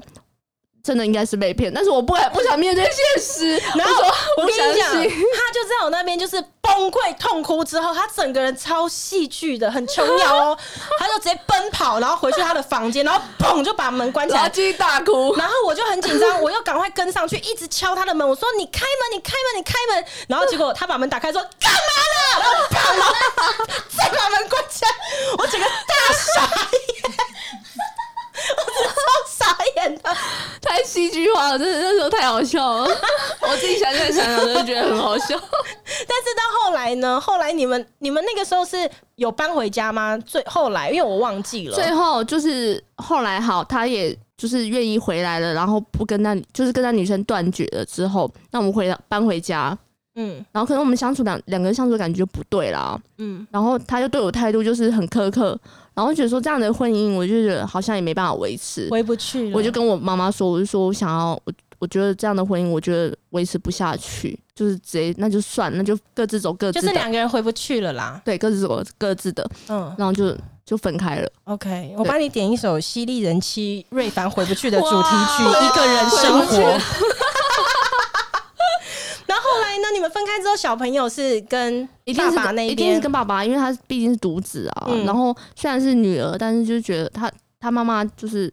[SPEAKER 2] 真的应该是被骗，但是我不敢不想面对现实。
[SPEAKER 1] 然后
[SPEAKER 2] 我说
[SPEAKER 1] 我跟你讲，
[SPEAKER 2] 相
[SPEAKER 1] 他
[SPEAKER 2] 信
[SPEAKER 1] 就在我那边就是崩溃痛哭之后，他整个人超戏剧的，很琼瑶 哦，他就直接奔跑，然后回去他的房间，然后砰就把门关起
[SPEAKER 2] 然后
[SPEAKER 1] 来。
[SPEAKER 2] 继续大哭。
[SPEAKER 1] 然后我就很紧张，我又赶快跟上去，一直敲他的门，我说你开门，你开门，你开门。然后结果他把门打开说干嘛呢？然后砰，然后再把门关起来，我整个大傻眼，我真的超傻眼的。
[SPEAKER 2] 太戏剧化了，真的那时候太好笑 了。我自己想想想想，真的觉得很好笑。
[SPEAKER 1] 但是到后来呢？后来你们你们那个时候是有搬回家吗？最后来，因为我忘记了。
[SPEAKER 2] 最后就是后来好，他也就是愿意回来了，然后不跟那就是跟那女生断绝了之后，那我们回到搬回家，
[SPEAKER 1] 嗯
[SPEAKER 2] 然后可能我们相处两两个人相处的感觉就不对啦，
[SPEAKER 1] 嗯，
[SPEAKER 2] 然后他就对我态度就是很苛刻，然后觉得说这样的婚姻，我就觉得好像也没办法维持，
[SPEAKER 1] 回不去了。
[SPEAKER 2] 我就跟我妈妈说，我就说我想要，我我觉得这样的婚姻，我觉得维持不下去，就是直接那就算，那就各自走各
[SPEAKER 1] 就
[SPEAKER 2] 自
[SPEAKER 1] 是
[SPEAKER 2] 的，
[SPEAKER 1] 两个人回不去了啦。
[SPEAKER 2] 对，各自走各自的，
[SPEAKER 1] 嗯
[SPEAKER 2] 然后就就分开了。
[SPEAKER 1] ，OK，我帮
[SPEAKER 2] 对
[SPEAKER 1] 你点一首犀利人妻瑞凡《回不去》的主题曲
[SPEAKER 2] 哇
[SPEAKER 1] 《一个人生
[SPEAKER 2] 回不
[SPEAKER 1] 活
[SPEAKER 2] 去》。
[SPEAKER 1] 然后后来呢？你们分开之后，小朋友是跟
[SPEAKER 2] 一定
[SPEAKER 1] 爸
[SPEAKER 2] 是
[SPEAKER 1] 爸
[SPEAKER 2] 跟
[SPEAKER 1] 那
[SPEAKER 2] 一定是
[SPEAKER 1] 边
[SPEAKER 2] 跟爸爸，因为他毕竟是独子啊。
[SPEAKER 1] 嗯
[SPEAKER 2] 然后虽然是女儿，但是就觉得他他妈妈 就是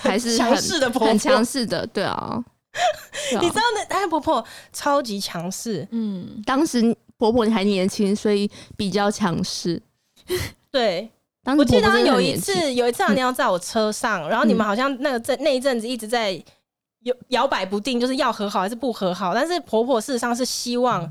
[SPEAKER 2] 还是
[SPEAKER 1] 强
[SPEAKER 2] 很
[SPEAKER 1] 势的婆婆
[SPEAKER 2] 很强势的，对啊。对啊
[SPEAKER 1] 你知道那哎，婆婆超级强势，
[SPEAKER 4] 嗯，
[SPEAKER 2] 当时婆婆还年轻，所以比较强势。
[SPEAKER 1] 对，
[SPEAKER 2] 当
[SPEAKER 1] 我
[SPEAKER 2] 时
[SPEAKER 1] 记
[SPEAKER 2] 啊婆
[SPEAKER 1] 得好
[SPEAKER 2] 婆
[SPEAKER 1] 像
[SPEAKER 2] 真的
[SPEAKER 1] 有
[SPEAKER 2] 很
[SPEAKER 1] 一
[SPEAKER 2] 年轻，嗯
[SPEAKER 1] 次，有一次好像要在我车上，然后你们好像那个阵那一阵子一直在摇摇摆不定，就是要和好还是不和好。但是婆婆事实上是希望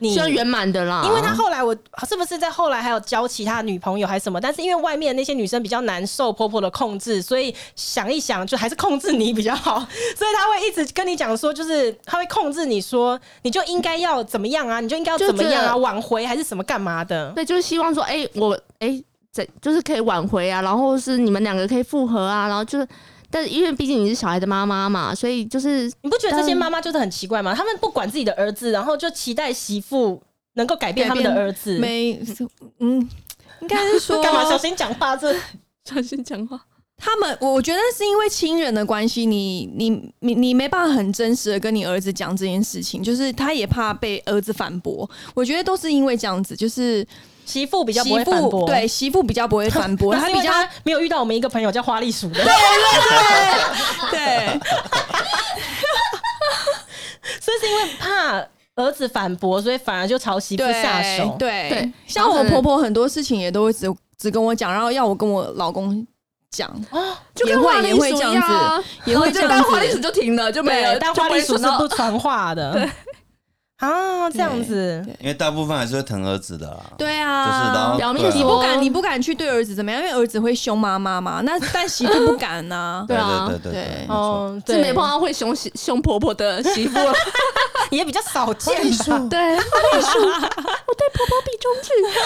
[SPEAKER 1] 你，
[SPEAKER 2] 希望圆满的啦。
[SPEAKER 1] 因为她后来我是不是在后来还有交其他女朋友还是什么？但是因为外面那些女生比较难受婆婆的控制，所以想一想，就还是控制你比较好。 所以她会一直跟你讲说，就是她会控制你说，你就应该要怎么样啊，你就应该要
[SPEAKER 2] 就
[SPEAKER 1] 怎么样
[SPEAKER 2] 觉
[SPEAKER 1] 啊，
[SPEAKER 2] 得
[SPEAKER 1] 挽回还是什么干嘛的？
[SPEAKER 2] 对，就是希望说，哎、我哎、怎就是可以挽回啊，然后是你们两个可以复合啊，然后就是，但是因为毕竟你是小孩的妈妈嘛，所以就是
[SPEAKER 1] 你不觉得这些
[SPEAKER 2] 当
[SPEAKER 1] 妈妈就是很奇怪吗？他们不管自己的儿子，然后就期待媳妇能够改变他们的儿子。
[SPEAKER 4] 没， 啊嗯，应该是说
[SPEAKER 1] 干嘛？小心讲话，这
[SPEAKER 2] 小心讲话。
[SPEAKER 4] 他们，我我觉得是因为亲人的关系，你你你你没办法很真实的跟你儿子讲这件事情，就是他也怕被儿子反驳。我觉得都是因为这样子，就是
[SPEAKER 1] 媳妇比较不
[SPEAKER 4] 媳
[SPEAKER 1] 会反
[SPEAKER 4] 妇
[SPEAKER 1] 驳。
[SPEAKER 4] 对媳妇比较不会反 驳，
[SPEAKER 1] 那
[SPEAKER 4] 他
[SPEAKER 1] 是因
[SPEAKER 4] 比
[SPEAKER 1] 为
[SPEAKER 4] 较
[SPEAKER 1] 他没有遇到我们一个朋友叫花栗鼠的，
[SPEAKER 4] 对
[SPEAKER 1] 所以是因为 怕儿子反驳，所以反而就朝媳妇
[SPEAKER 4] 对
[SPEAKER 1] 下手。
[SPEAKER 4] 对
[SPEAKER 2] 对
[SPEAKER 4] 像我婆婆很多事情也都会只只跟我讲，然后要我跟我老公讲，
[SPEAKER 2] 就
[SPEAKER 4] 也
[SPEAKER 2] 跟
[SPEAKER 4] 会
[SPEAKER 2] 花栗
[SPEAKER 4] 也会
[SPEAKER 2] 鼠
[SPEAKER 4] 这样
[SPEAKER 2] 一样啊
[SPEAKER 4] 也会
[SPEAKER 2] 就
[SPEAKER 4] 这样
[SPEAKER 2] 当
[SPEAKER 4] 子
[SPEAKER 2] 花栗鼠就停了，就没
[SPEAKER 1] 对
[SPEAKER 2] 了，，
[SPEAKER 1] 但
[SPEAKER 2] 就
[SPEAKER 1] 花
[SPEAKER 2] 不
[SPEAKER 1] 栗
[SPEAKER 2] 会
[SPEAKER 1] 鼠是
[SPEAKER 2] 传到
[SPEAKER 1] 不传话的。啊，这样子
[SPEAKER 4] 对
[SPEAKER 3] 因为大部分还是会疼儿子的啦。
[SPEAKER 4] 对
[SPEAKER 3] 就是然
[SPEAKER 4] 啊
[SPEAKER 3] 后，
[SPEAKER 2] 表面
[SPEAKER 3] 对啊
[SPEAKER 2] 说
[SPEAKER 4] 你不敢，你不敢去对儿子怎么样，因为儿子会凶妈妈嘛。 那但媳妇不敢呐、
[SPEAKER 2] 对啊
[SPEAKER 3] 对对对
[SPEAKER 4] 对
[SPEAKER 3] 对，没错。
[SPEAKER 1] 哦，
[SPEAKER 2] 是
[SPEAKER 1] 对，
[SPEAKER 2] 没碰到会凶媳凶婆婆的媳妇，
[SPEAKER 1] 也比较少见吧。
[SPEAKER 2] 对，花栗鼠，我对婆婆比中指。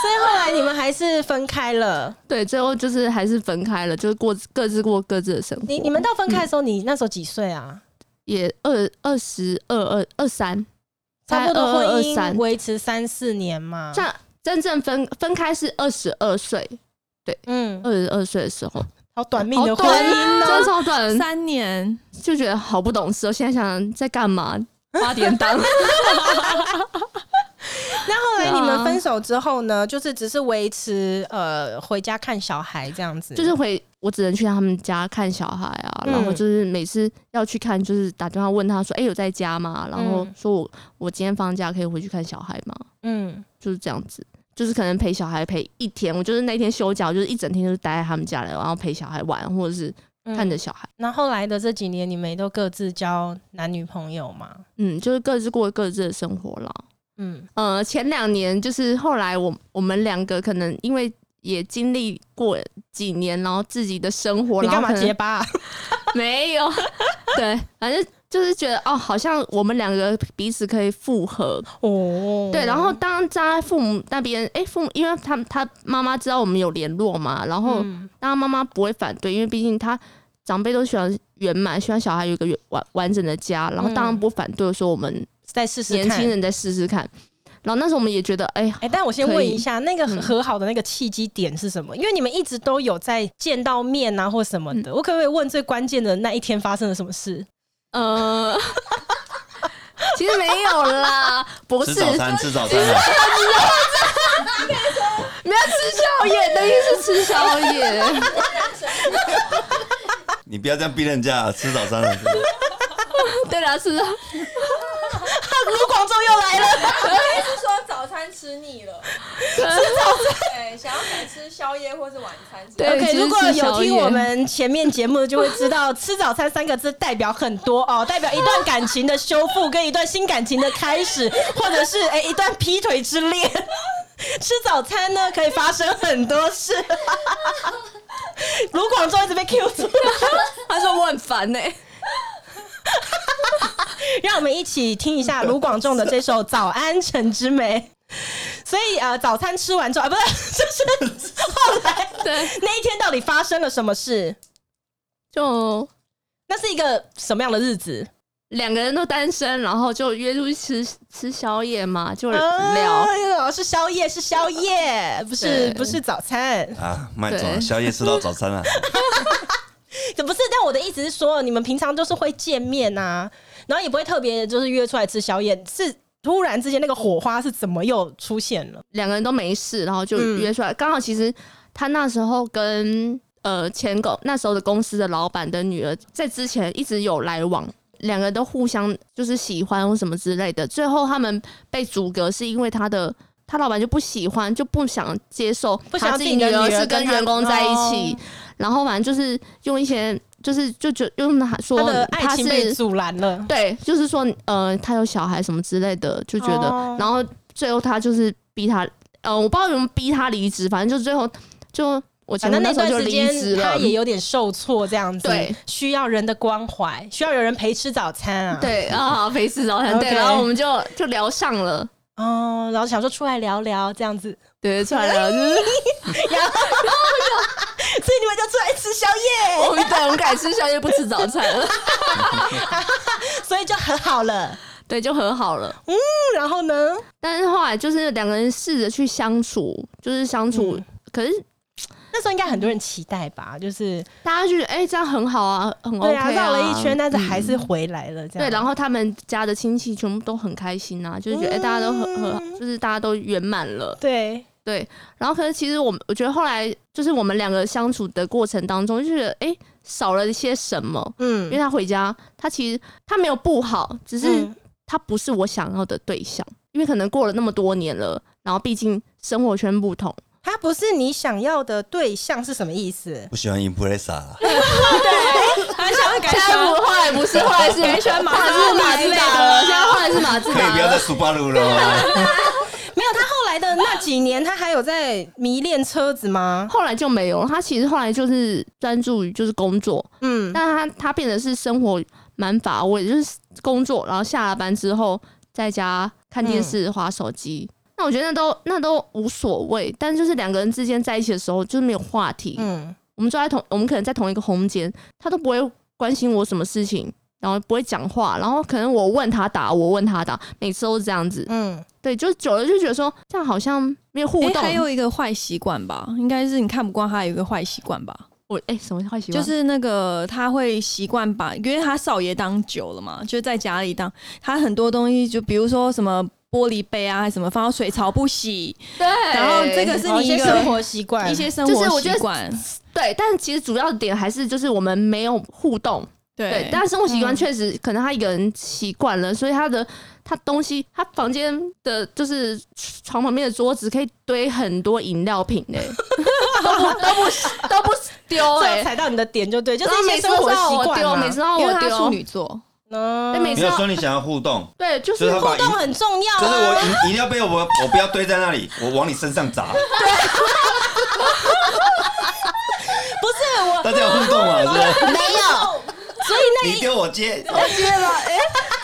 [SPEAKER 1] 所以后来你们还是分开了。
[SPEAKER 2] 对，最后就是还是分开了，就是过各自过各自的生活。
[SPEAKER 1] 你你们到分开的时候，你那时候几岁啊？
[SPEAKER 2] 也二二十二二二三，
[SPEAKER 1] 差不多
[SPEAKER 2] 二
[SPEAKER 1] 婚
[SPEAKER 2] 二
[SPEAKER 1] 姻
[SPEAKER 2] 三，
[SPEAKER 1] 维持三四年嘛。
[SPEAKER 2] 像真正分分开是二十二岁，
[SPEAKER 1] 嗯，
[SPEAKER 2] 二十二岁的时候，
[SPEAKER 1] 好短命的
[SPEAKER 2] 好
[SPEAKER 1] 婚
[SPEAKER 2] 短
[SPEAKER 1] 姻
[SPEAKER 2] 啊真的
[SPEAKER 1] 呢。
[SPEAKER 2] 超短，
[SPEAKER 4] 三年，
[SPEAKER 2] 就觉得好不懂事哦。现在想想在干嘛？八点 档，
[SPEAKER 1] 那后来你
[SPEAKER 2] 对
[SPEAKER 1] 们
[SPEAKER 2] 啊
[SPEAKER 1] 分手之后呢？就是只是维持呃回家看小孩这样子，
[SPEAKER 2] 就是回我只能去他们家看小孩啊，然后
[SPEAKER 1] 嗯
[SPEAKER 2] 就是每次要去看，就是打电话问他说：“哎、有在家吗？”然后
[SPEAKER 1] 嗯
[SPEAKER 2] 说我我今天放假可以回去看小孩吗？
[SPEAKER 1] 嗯，
[SPEAKER 2] 就是这样子。就是可能陪小孩陪一天，我就是那天休假，我就是一整天就是待在他们家里，然后陪小孩玩，或者是
[SPEAKER 1] 嗯
[SPEAKER 2] 看着。小孩。
[SPEAKER 1] 那后来的这几年，你们也都各自交男女朋友嘛？
[SPEAKER 2] 嗯，就是各自过各自的生活啦。
[SPEAKER 1] 嗯，
[SPEAKER 2] 呃，前两年就是后来我我们两个可能因为也经历过几年，然后自己的生活，
[SPEAKER 1] 你
[SPEAKER 2] 然
[SPEAKER 1] 干
[SPEAKER 2] 后
[SPEAKER 1] 嘛
[SPEAKER 2] 可能
[SPEAKER 1] 结 巴啊？
[SPEAKER 2] 没有， 对，反正就是觉得哦，好像我们两个彼此可以复合，
[SPEAKER 1] 哦，
[SPEAKER 2] 对。然后当站在父母那边，哎、父母因为他他妈妈知道我们有联络嘛，然后
[SPEAKER 1] 嗯
[SPEAKER 2] 当然妈妈不会反对，因为毕竟他长辈都喜欢圆满，希望小孩有一个圆完完整的家，然后当然不反对说我们
[SPEAKER 1] 嗯再试试
[SPEAKER 2] 年
[SPEAKER 1] 看
[SPEAKER 2] 轻人再试试看。然后那时候我们也觉得，哎、
[SPEAKER 1] 哎、但我先
[SPEAKER 2] 可
[SPEAKER 1] 问
[SPEAKER 2] 以嗯
[SPEAKER 1] 一下，那个和好的那个契机点是什么？因为你们一直都有在见到面啊，或什么
[SPEAKER 2] 嗯
[SPEAKER 1] 的。我可不可以问最关键的那一天发生了什么事？
[SPEAKER 2] 呃， 其实没有啦，不是
[SPEAKER 3] 吃早餐，吃早餐啊，
[SPEAKER 2] 没有吃宵夜，等于是吃宵夜。
[SPEAKER 3] 你不要这样逼人家，吃早 餐啊。
[SPEAKER 2] 对啦，是啊，
[SPEAKER 1] 卢广仲又来了，
[SPEAKER 5] 还是说早餐吃腻了，吃早餐，对，想要改吃宵夜或是晚餐之类的。
[SPEAKER 2] 对
[SPEAKER 1] OK，
[SPEAKER 2] 其实
[SPEAKER 1] 如果
[SPEAKER 2] 是
[SPEAKER 1] 有
[SPEAKER 2] 宵
[SPEAKER 1] 听
[SPEAKER 2] 夜
[SPEAKER 1] 我们前面节目，就会知道“吃早餐”三个字代表很多 哦，代表一段感情的修复，跟一段新感情的开始，或者是哎、一段劈腿之恋。吃早餐呢，可以发生很多事。 卢广仲一直被 Q 住，
[SPEAKER 2] 他说我很烦呢、
[SPEAKER 1] 让我们一起听一下卢广仲的这首《早安陈之梅》。所以呃，早餐吃完之后啊，不是， 就是后来
[SPEAKER 2] 对，
[SPEAKER 1] 那一天到底发生了什么事？
[SPEAKER 2] 就
[SPEAKER 1] 那是一个什么样的日子？
[SPEAKER 2] 两个人都单身，然后就约出去吃吃宵夜嘛，就聊。
[SPEAKER 1] 啊，是宵夜，是宵 夜，不是
[SPEAKER 2] 对
[SPEAKER 1] 不是早餐。
[SPEAKER 3] 啊，慢走，
[SPEAKER 2] 对
[SPEAKER 3] 宵夜吃到早 餐啊。
[SPEAKER 1] 不是，但我的意思是说，你们平常都是会见面啊，然后也不会特别就是约出来吃宵夜，是突然之间那个火花是怎么又出现了？
[SPEAKER 2] 两个人都没事，然后就
[SPEAKER 1] 嗯
[SPEAKER 2] 约出来。刚、好其实他那时候跟呃前公那时候的公司的老板的女儿在之前一直有来往，两个人都互相就是喜欢或什么之类的。最后他们被阻隔是因为他的。他老板就不喜欢，就不想接受
[SPEAKER 1] 不想要
[SPEAKER 2] 他
[SPEAKER 1] 自
[SPEAKER 2] 自
[SPEAKER 1] 己
[SPEAKER 2] 己
[SPEAKER 1] 的
[SPEAKER 2] 女儿
[SPEAKER 1] 女儿
[SPEAKER 2] 是
[SPEAKER 1] 跟
[SPEAKER 2] 跟
[SPEAKER 1] 他
[SPEAKER 2] 员工在一
[SPEAKER 1] 哦
[SPEAKER 2] 起，然后反正就是用一些，就是就就用他说
[SPEAKER 1] 他的
[SPEAKER 2] 他
[SPEAKER 1] 爱情被
[SPEAKER 2] 是
[SPEAKER 1] 阻拦了。
[SPEAKER 2] 对，就是说，呃，他有小孩什么之类的，就觉得，
[SPEAKER 1] 哦
[SPEAKER 2] 然后最后他就是逼他，呃，我不知道有没有逼他离职，反正就最后就我前
[SPEAKER 1] 反正
[SPEAKER 2] 夫那
[SPEAKER 1] 那
[SPEAKER 2] 时
[SPEAKER 1] 段
[SPEAKER 2] 候就
[SPEAKER 1] 时
[SPEAKER 2] 离职
[SPEAKER 1] 间他，
[SPEAKER 2] 了
[SPEAKER 1] 也有点受挫，这样子，
[SPEAKER 2] 对，
[SPEAKER 1] 需要人的关怀，需要有人陪吃早餐啊。，
[SPEAKER 2] 对啊，陪吃早餐，对，
[SPEAKER 1] OK
[SPEAKER 2] 然后我们就就聊上了，
[SPEAKER 1] 哦，然后想说出来聊聊这样子，
[SPEAKER 2] 对，哎出来
[SPEAKER 4] 啊
[SPEAKER 2] 了，就是
[SPEAKER 1] 所以你们就出来吃宵夜，
[SPEAKER 2] 我们对，我们改吃宵夜不吃早餐了，
[SPEAKER 1] 所以就很好了。
[SPEAKER 2] 对，就和好了。
[SPEAKER 1] 嗯然后呢？
[SPEAKER 2] 但是后来就是两个人试着去相处，就是相处，
[SPEAKER 1] 嗯
[SPEAKER 2] 可是
[SPEAKER 1] 那时候应该很多人期待吧，就是
[SPEAKER 2] 大家就觉得哎、这样很好啊，很 OK
[SPEAKER 1] 对啊，绕了一圈，但是
[SPEAKER 2] 嗯
[SPEAKER 1] 还是回来了，这样
[SPEAKER 2] 对，然后他们家的亲戚全部都很开心啊，就是觉得、哎大家都很
[SPEAKER 1] 嗯
[SPEAKER 2] 很，就是大家都圆满了。
[SPEAKER 1] 对，
[SPEAKER 2] 对，然后可是其实我们我觉得后来就是我们两个相处的过程当中，就觉得哎、少了一些什么，因为
[SPEAKER 1] 嗯，
[SPEAKER 2] 他回家，他其实他没有不好，只是
[SPEAKER 1] 嗯
[SPEAKER 2] 他不是我想要的对象，因为可能过了那么多年了，然后毕竟生活圈不同，
[SPEAKER 1] 他不是你想要的对象是什么意思？
[SPEAKER 3] 不喜欢啊 impresa 啦，
[SPEAKER 1] 他想要改
[SPEAKER 2] 现在不后来不是后来是
[SPEAKER 1] 喜欢马自达
[SPEAKER 2] 后来是马
[SPEAKER 1] 之
[SPEAKER 2] 自
[SPEAKER 1] 类
[SPEAKER 2] 达
[SPEAKER 1] 的
[SPEAKER 4] 啊
[SPEAKER 1] 啦
[SPEAKER 2] 了，啊现在后来是马自
[SPEAKER 3] 可以
[SPEAKER 2] 达
[SPEAKER 3] 不要
[SPEAKER 2] 了
[SPEAKER 3] 再，数八路了 哦吗？
[SPEAKER 1] 没有，他后来的那几年，他还有在迷恋车子吗？
[SPEAKER 2] 后来就没有了。他其实后来就是专注于就是工作，
[SPEAKER 1] 嗯，
[SPEAKER 2] 但他他变得是生活蛮乏味，就是工作，然后下了班之后在家看电视、划手机。那我觉得那都那都无所谓，但就是两个人之间在一起的时候，就是没有话题。
[SPEAKER 1] 嗯，
[SPEAKER 2] 我们坐在同，我们可能在同一个空间，他都不会关心我什么事情，然后不会讲话，然后可能我问他打，我问他打，每次都是这样子。
[SPEAKER 1] 嗯，
[SPEAKER 2] 对，就久了就觉得说这样好像没有互
[SPEAKER 4] 哎
[SPEAKER 2] 动。
[SPEAKER 4] 还有一个坏习惯吧，应该是你看不惯他有一个坏习惯吧，
[SPEAKER 2] 我哎、什么坏习
[SPEAKER 4] 就
[SPEAKER 2] 惯？
[SPEAKER 4] 是那个他会习惯把，因为他少爷当久了嘛，就是在家里当他很多东西，就比如说什么玻璃杯啊，还是什么放到水槽不洗，
[SPEAKER 2] 对，
[SPEAKER 4] 然后这个是
[SPEAKER 1] 哦一
[SPEAKER 4] 你
[SPEAKER 1] 些
[SPEAKER 4] 哎一
[SPEAKER 1] 生
[SPEAKER 4] 个
[SPEAKER 1] 活习惯，
[SPEAKER 4] 一些生
[SPEAKER 2] 就是
[SPEAKER 4] 活
[SPEAKER 2] 我觉得
[SPEAKER 4] 习惯，
[SPEAKER 2] 对，但其实主要点还是就是我们没有互动，对
[SPEAKER 4] 对，，
[SPEAKER 2] 但生活习惯
[SPEAKER 1] 嗯
[SPEAKER 2] 确实可能他一个人习惯了，所以他的他东西，他房间的就是床旁边的桌子可以堆很多饮料瓶欸嘞、都不都不都不丢
[SPEAKER 1] 最
[SPEAKER 2] 哎、 哦
[SPEAKER 1] 后踩到你的点就对，就
[SPEAKER 2] 然
[SPEAKER 1] 是
[SPEAKER 2] 后
[SPEAKER 1] 一
[SPEAKER 2] 每
[SPEAKER 1] 些
[SPEAKER 2] 次
[SPEAKER 1] 生
[SPEAKER 2] 都
[SPEAKER 1] 活
[SPEAKER 2] 让
[SPEAKER 1] 习
[SPEAKER 2] 我
[SPEAKER 1] 惯
[SPEAKER 2] 丢，
[SPEAKER 1] 嘛
[SPEAKER 2] 每次都让
[SPEAKER 4] 因为
[SPEAKER 2] 我
[SPEAKER 4] 他
[SPEAKER 2] 丢
[SPEAKER 4] 处，女 座，
[SPEAKER 2] 哦哎
[SPEAKER 1] 嗯，
[SPEAKER 2] 每
[SPEAKER 3] 没
[SPEAKER 2] 次
[SPEAKER 3] 有
[SPEAKER 2] 要
[SPEAKER 3] 说你想要互动，
[SPEAKER 2] 对，就
[SPEAKER 3] 就是是他
[SPEAKER 1] 互
[SPEAKER 3] 把饮
[SPEAKER 1] 动，很重要
[SPEAKER 3] 就是我
[SPEAKER 1] 啊。
[SPEAKER 3] 饮饮料杯我我不要堆在那里，我往你身上 砸，
[SPEAKER 1] 不是我，
[SPEAKER 3] 大家有互动 嘛？是不是？
[SPEAKER 1] 没有，所以那
[SPEAKER 3] 你丢我接，
[SPEAKER 2] 接了，哎、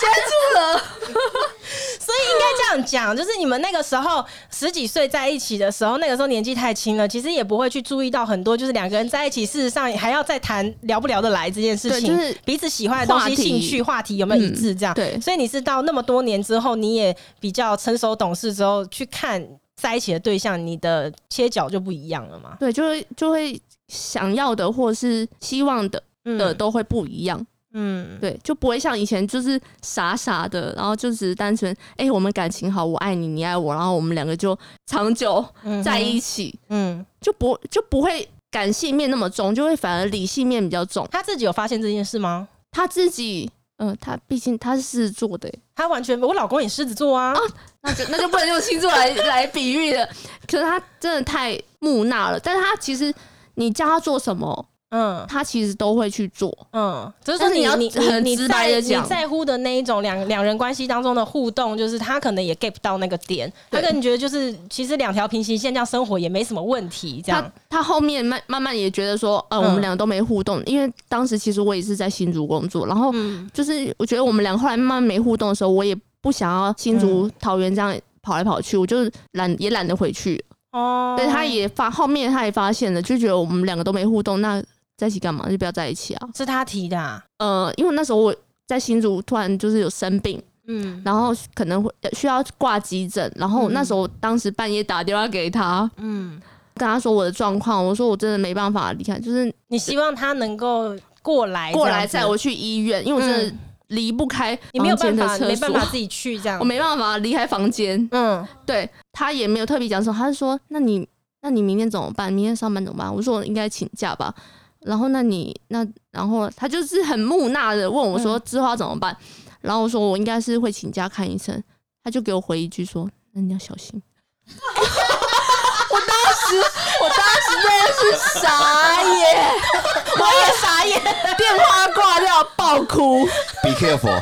[SPEAKER 2] 接住了，
[SPEAKER 1] 所以应该这样样讲， 就是你们那个时候十几岁在一起的时候，那个时候年纪太轻了，其实也不会去注意到很多，就是两个人在一起，事实上还要再谈聊不聊得来这件事情，
[SPEAKER 2] 对就是
[SPEAKER 1] 彼此喜欢的东西、
[SPEAKER 2] 话题
[SPEAKER 1] 兴趣、话题有没有一致这样。
[SPEAKER 2] 嗯对
[SPEAKER 1] 所以你是到那么多年之后，你也比较成熟懂事之后去看在一起的对象，你的切角就不一样了嘛？
[SPEAKER 2] 对，就会就会想要的或是希望的的都会不一样，
[SPEAKER 1] 嗯，
[SPEAKER 2] 嗯对，就不会像以前就是傻傻的，然后就只是单纯，哎、我们感情好，我爱你，你爱我，然后我们两个就长久
[SPEAKER 1] 嗯
[SPEAKER 2] 在一，起，
[SPEAKER 1] 嗯，
[SPEAKER 2] 就不就不会感性面那么重，就会反而理性面比较重。
[SPEAKER 1] 他自己有发现这件事吗？
[SPEAKER 2] 他自己，嗯、他毕竟他是狮子座的，
[SPEAKER 1] 他完全，我老公也狮子座
[SPEAKER 2] 哦
[SPEAKER 1] 啊，
[SPEAKER 2] 那就那就不能用星座来 来比喻了。可是他真的太木讷了，但是他其实你叫他做什么，
[SPEAKER 1] 嗯
[SPEAKER 2] 他其实都会去做。
[SPEAKER 1] 嗯，就是说
[SPEAKER 2] 但是
[SPEAKER 1] 你
[SPEAKER 2] 你要
[SPEAKER 1] 你
[SPEAKER 2] 很
[SPEAKER 1] 你
[SPEAKER 2] 直白
[SPEAKER 1] 在
[SPEAKER 2] 地讲
[SPEAKER 1] 你在乎的那一种两两人关系当中的互动，就是他可能也 get 不到那个点，他
[SPEAKER 2] 对
[SPEAKER 1] 可能觉得就是其实两条平行线这样生活也没什么问题，这
[SPEAKER 2] 他
[SPEAKER 1] 样，
[SPEAKER 2] 他后面慢慢慢也觉得说，呃，
[SPEAKER 1] 嗯
[SPEAKER 2] 我们两个都没互动，因为当时其实我也是在新竹工作，然后
[SPEAKER 1] 嗯
[SPEAKER 2] 就是我觉得我们两个后来慢慢没互动的时候，我也不想要新
[SPEAKER 1] 嗯
[SPEAKER 2] 竹、桃园这样跑来跑去，我就懒也懒得回去，
[SPEAKER 1] 哦
[SPEAKER 2] 对，他也发后面他也发现了，就觉得我们两个都没互动，那在一起干嘛？就不要在一起啊。
[SPEAKER 1] 是他提的、啊，
[SPEAKER 2] 呃，因为那时候我在新竹突然就是有生病，
[SPEAKER 1] 嗯
[SPEAKER 2] 然后可能会呃需要挂急诊，然后那时候当时半夜打电话给他，
[SPEAKER 1] 嗯，
[SPEAKER 2] 跟他说我的状况，我说我真的没办法离开，就是
[SPEAKER 1] 你希望他能够过来
[SPEAKER 2] 过来
[SPEAKER 1] 这样
[SPEAKER 2] 载
[SPEAKER 1] 子
[SPEAKER 2] 我去医院，因为我真的
[SPEAKER 1] 嗯
[SPEAKER 2] 离不开
[SPEAKER 1] 你没有
[SPEAKER 2] 房
[SPEAKER 1] 办
[SPEAKER 2] 间的
[SPEAKER 1] 法
[SPEAKER 2] 厕
[SPEAKER 1] 没办法
[SPEAKER 2] 所，
[SPEAKER 1] 自己去这样，
[SPEAKER 2] 我没办法离开房间。
[SPEAKER 1] 嗯
[SPEAKER 2] 对他也没有特别讲什么，他就说：“那你那你明天怎么办？明天上班怎么办？”我说：“我应该请假吧。”然后那你那然后他就是很木讷的问我说：“之后要怎么办？”然后我说：“我应该是会请假看医生。”他就给我回一句说：“那你要小心。”我当时，我当时真的是傻眼， 我也傻眼，电话挂掉，爆 哭。
[SPEAKER 3] Be careful，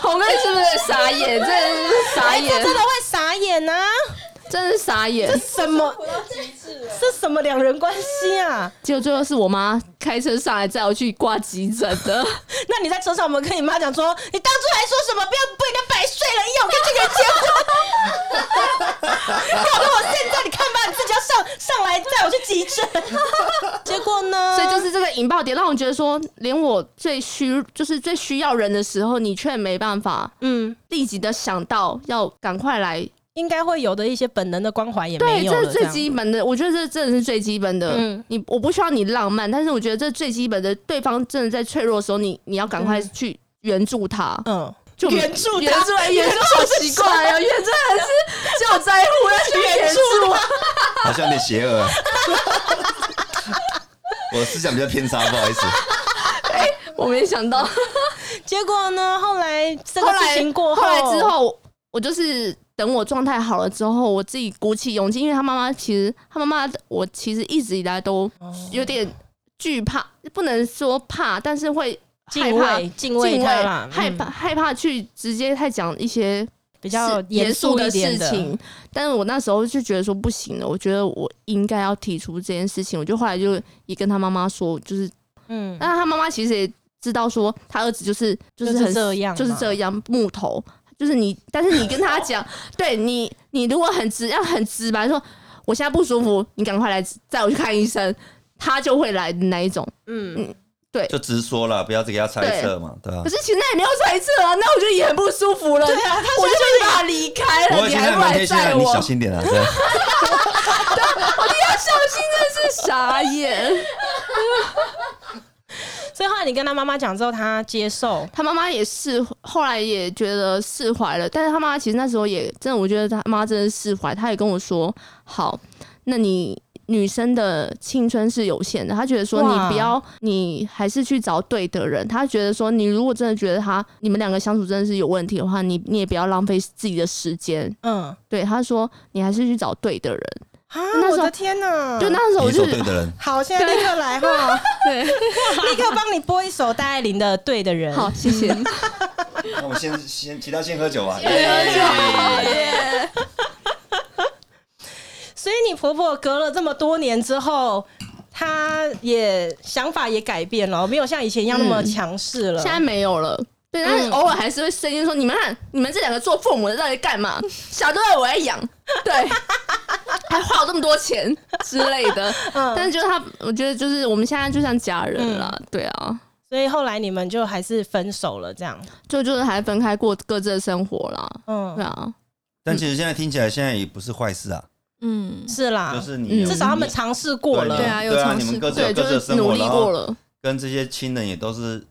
[SPEAKER 2] 红妹是不是傻眼？真的是傻
[SPEAKER 1] 哎，这
[SPEAKER 2] 眼
[SPEAKER 1] 真，的会傻眼啊！
[SPEAKER 2] 真的是傻眼。
[SPEAKER 1] 什 么？
[SPEAKER 5] 苦到极致了。
[SPEAKER 1] 这什么两人关系啊？
[SPEAKER 2] 结果最后是我妈开车上来载我去挂急诊 的，
[SPEAKER 1] 那你在车上，我们跟你妈讲说，你当初还说什么不要被人家百岁了，要我跟这个人结婚？搞得我现在你看吧，你自己要上上来带我去急诊。 结果呢？
[SPEAKER 2] 所以就是这个引爆点让我觉得说，连我最需就是最需要人的时候，你却没办法
[SPEAKER 1] 嗯，
[SPEAKER 2] 立即的想到要赶快来。
[SPEAKER 1] 应该会有的一些本能的关怀也
[SPEAKER 2] 对，
[SPEAKER 1] 没有
[SPEAKER 2] 这
[SPEAKER 1] 了，
[SPEAKER 2] 是最
[SPEAKER 1] 样
[SPEAKER 2] 基本的，我觉得这真的是最基本的。
[SPEAKER 1] 嗯
[SPEAKER 2] 你我不需要你浪漫，但是我觉得这最基本的，对方真的在脆弱的时候，你你要赶快去援助他。
[SPEAKER 1] 嗯，
[SPEAKER 2] 就
[SPEAKER 1] 援助他
[SPEAKER 2] 援助，援助 好奇怪哦，援助 还是就在乎要去 援助。
[SPEAKER 3] 好像有点 邪恶。啊我思想比较偏差，不好意思。
[SPEAKER 2] 我没想到。
[SPEAKER 1] 结果呢？后来这个
[SPEAKER 2] 后来
[SPEAKER 1] 事情过
[SPEAKER 2] 后来之
[SPEAKER 1] 后，
[SPEAKER 2] 后，我就是等我状态好了之后，我自己鼓起勇气，因为他妈妈其实他妈妈，我其实一直以来都
[SPEAKER 1] 哦
[SPEAKER 2] 有点惧怕，不能说怕，但是会害
[SPEAKER 1] 敬
[SPEAKER 2] 怕。
[SPEAKER 1] 畏敬
[SPEAKER 2] 敬
[SPEAKER 1] 畏
[SPEAKER 2] 畏
[SPEAKER 1] 他啦，
[SPEAKER 2] 害
[SPEAKER 1] 嗯
[SPEAKER 2] 怕、害怕去直接太讲一些
[SPEAKER 1] 比较
[SPEAKER 2] 是严
[SPEAKER 1] 肃
[SPEAKER 2] 的
[SPEAKER 1] 一点
[SPEAKER 2] 事情，但是我那时候就觉得说不行了，我觉得我应该要提出这件事情，我就后来就也跟他妈妈说，就是
[SPEAKER 1] 嗯
[SPEAKER 2] 但他妈妈其实也知道说，他儿子就是就是
[SPEAKER 1] 就是
[SPEAKER 2] 很
[SPEAKER 1] 这样嘛
[SPEAKER 2] 就是这样木头，就是你，但是你跟他讲，对你，你如果很直，要很直白说，我现在不舒服，你赶快来载我去看医生，他就会来的那一种。
[SPEAKER 1] 嗯，
[SPEAKER 3] 就直说了，不要给他猜测嘛，对吧、
[SPEAKER 2] 可是其实那也没有猜测啊，那我就也很不舒服了。
[SPEAKER 1] 对啊，他
[SPEAKER 2] 我
[SPEAKER 1] 说
[SPEAKER 2] 就没办法离开
[SPEAKER 3] 不
[SPEAKER 2] 了，
[SPEAKER 3] 过
[SPEAKER 2] 你
[SPEAKER 3] 现
[SPEAKER 2] 还
[SPEAKER 3] 在
[SPEAKER 2] 不
[SPEAKER 3] 蛮
[SPEAKER 2] 来
[SPEAKER 3] 贴心的，
[SPEAKER 2] 载
[SPEAKER 3] 你
[SPEAKER 2] 我？
[SPEAKER 3] 小心点 啊！对，
[SPEAKER 2] 我你要小心，真是傻眼。
[SPEAKER 1] 所以后来你跟他妈妈讲之后，他接受，
[SPEAKER 2] 他妈妈也是，后来也觉得释怀了。但是他妈妈其实那时候也真的，我觉得他妈真的释怀。他也跟我说：“好，那你女生的青春是有限的。”他觉得说
[SPEAKER 1] 哇
[SPEAKER 2] 你不要，你还是去找对的人。他觉得说你如果真的觉得他你们两个相处真的是有问题的话，你你也不要浪费自己的时间。
[SPEAKER 1] 嗯。
[SPEAKER 2] 对，他说你还是去找对的人。
[SPEAKER 1] 啊！
[SPEAKER 2] 那
[SPEAKER 1] 我
[SPEAKER 2] 时候
[SPEAKER 1] 的天哪！
[SPEAKER 2] 就那时候我
[SPEAKER 3] 你
[SPEAKER 2] 就
[SPEAKER 3] 说对的人，
[SPEAKER 1] 好，现在立刻来哈，
[SPEAKER 2] 对，
[SPEAKER 1] 立刻帮你播一首戴爱玲的《对的人》。
[SPEAKER 2] 好，，谢谢。
[SPEAKER 3] 那我们先先其他先喝 酒吧。啊
[SPEAKER 1] 所以你婆婆隔了这么多年之后，她也想法也改变了，没有像以前一样那么强势了。
[SPEAKER 2] 嗯
[SPEAKER 1] 嗯
[SPEAKER 2] 现在没有了。对，但是偶尔还是会声音说：“你们看，你们这两个做父母的到底干嘛？小都要我来 养，对，还花我这么多钱之类的。”
[SPEAKER 1] 嗯
[SPEAKER 2] 但是就是他，我觉得就是我们现在就像家人啦，对啊，
[SPEAKER 1] 所以后来你们就还是分手了，这样。
[SPEAKER 2] 就就是还分开过各自的生活啦，对
[SPEAKER 1] 嗯，
[SPEAKER 2] 啊，
[SPEAKER 3] 但其实现在听起来，现在也不是坏事啊，
[SPEAKER 4] 嗯，
[SPEAKER 1] 是啦，
[SPEAKER 3] 就是你
[SPEAKER 2] 嗯
[SPEAKER 3] 有
[SPEAKER 1] 至少他们尝试过了。
[SPEAKER 4] 对啊有
[SPEAKER 3] 对啊，
[SPEAKER 4] 尝
[SPEAKER 3] 你
[SPEAKER 4] 试
[SPEAKER 3] 们各自
[SPEAKER 2] 对，
[SPEAKER 3] 有
[SPEAKER 2] 就
[SPEAKER 3] 各自的
[SPEAKER 2] 是
[SPEAKER 3] 生活，
[SPEAKER 2] 努力
[SPEAKER 3] 然
[SPEAKER 2] 过
[SPEAKER 3] 后
[SPEAKER 2] 了，
[SPEAKER 3] 跟这些亲人也都是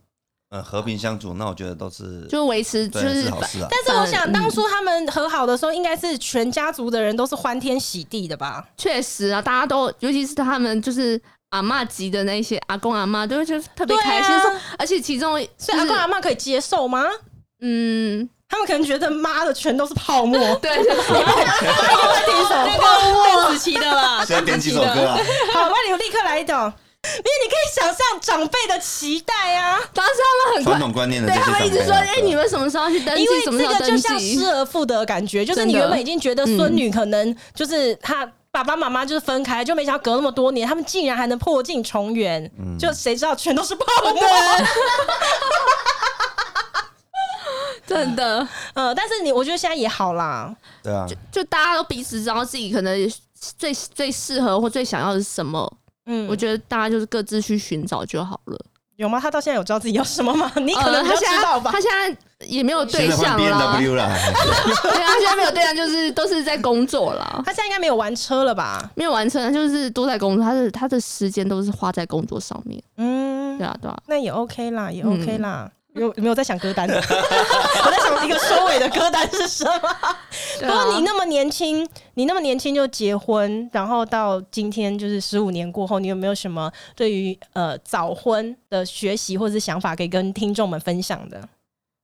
[SPEAKER 3] 呃和平相处，那我觉得都是
[SPEAKER 2] 就维持就
[SPEAKER 3] 对
[SPEAKER 2] 是
[SPEAKER 3] 好事啊。
[SPEAKER 1] 但是我想，
[SPEAKER 2] 嗯
[SPEAKER 1] 当初他们和好的时候，应该是全家族的人都是欢天喜地的吧？
[SPEAKER 2] 确实啊，大家都，尤其是他们就是阿嬷级的那些阿公阿嬷，都会就是特别
[SPEAKER 1] 对啊
[SPEAKER 2] 开心，说、而且其中
[SPEAKER 1] 所
[SPEAKER 2] 就
[SPEAKER 1] 以阿
[SPEAKER 2] 是
[SPEAKER 1] 公阿妈可以接受吗？
[SPEAKER 2] 嗯，
[SPEAKER 1] 他们可能觉得妈的全都是泡沫，
[SPEAKER 2] 对，就是
[SPEAKER 1] 快点手泡沫，子琪的啦
[SPEAKER 3] 现在点几首歌啊？
[SPEAKER 1] 好，那你立刻来一首，因为你可以想象长辈的期待啊，
[SPEAKER 2] 当时他们很
[SPEAKER 3] 传
[SPEAKER 2] 快，
[SPEAKER 3] 统观念的这
[SPEAKER 2] 对
[SPEAKER 3] 些
[SPEAKER 2] 他们一
[SPEAKER 3] 长辈
[SPEAKER 2] 直
[SPEAKER 3] 啊
[SPEAKER 2] 说，哎、
[SPEAKER 3] 对啊
[SPEAKER 2] 你们什么时候去登记
[SPEAKER 1] 因为，
[SPEAKER 2] 什么时
[SPEAKER 1] 这
[SPEAKER 2] 候
[SPEAKER 1] 个
[SPEAKER 2] 登
[SPEAKER 1] 就像失
[SPEAKER 2] 记？嗯
[SPEAKER 1] 而复得的感觉，就是你
[SPEAKER 2] 真的
[SPEAKER 1] 原本已经觉得孙女可能就是她爸爸妈妈就是分开，就没想到隔那么多年，他们竟然还能破镜重圆，就谁知道全都是泡 沫。
[SPEAKER 2] 真的，
[SPEAKER 1] 呃，但是你我觉得现在也好啦，
[SPEAKER 3] 对啊，
[SPEAKER 2] 就大家都彼此知道自己可能最最适合或最想要的是什么，
[SPEAKER 1] 嗯，
[SPEAKER 2] 我觉得大家就是各自去寻找就好了。
[SPEAKER 1] 有吗？他到现在有知道自己要什么吗？你可
[SPEAKER 2] 呃
[SPEAKER 1] 能
[SPEAKER 2] 他
[SPEAKER 1] 不
[SPEAKER 2] 现
[SPEAKER 1] 知道
[SPEAKER 2] 在
[SPEAKER 1] 吧。
[SPEAKER 2] 他现在也没有对
[SPEAKER 3] 现在换
[SPEAKER 2] 象
[SPEAKER 3] B N
[SPEAKER 2] 啦，
[SPEAKER 3] W 啦，
[SPEAKER 2] 对啊，他现在没有对象，就是都是在工作啦。
[SPEAKER 1] 他现在应该没有玩车了吧？
[SPEAKER 2] 没有完成，就是都在工作，他的他的时间都是花在工作上面。
[SPEAKER 1] 嗯
[SPEAKER 2] 对，啊，对啊，
[SPEAKER 1] 那也 OK 啦，也
[SPEAKER 2] 嗯
[SPEAKER 1] OK 啦。有没有在想歌单？ 我在想一个收尾的歌单是什么？不
[SPEAKER 2] 对啊
[SPEAKER 1] 过你那么年轻，你那么年轻就结婚，然后到今天就是十五年过后，你有没有什么对于呃早婚的学习或者是想法可以跟听众们分享的？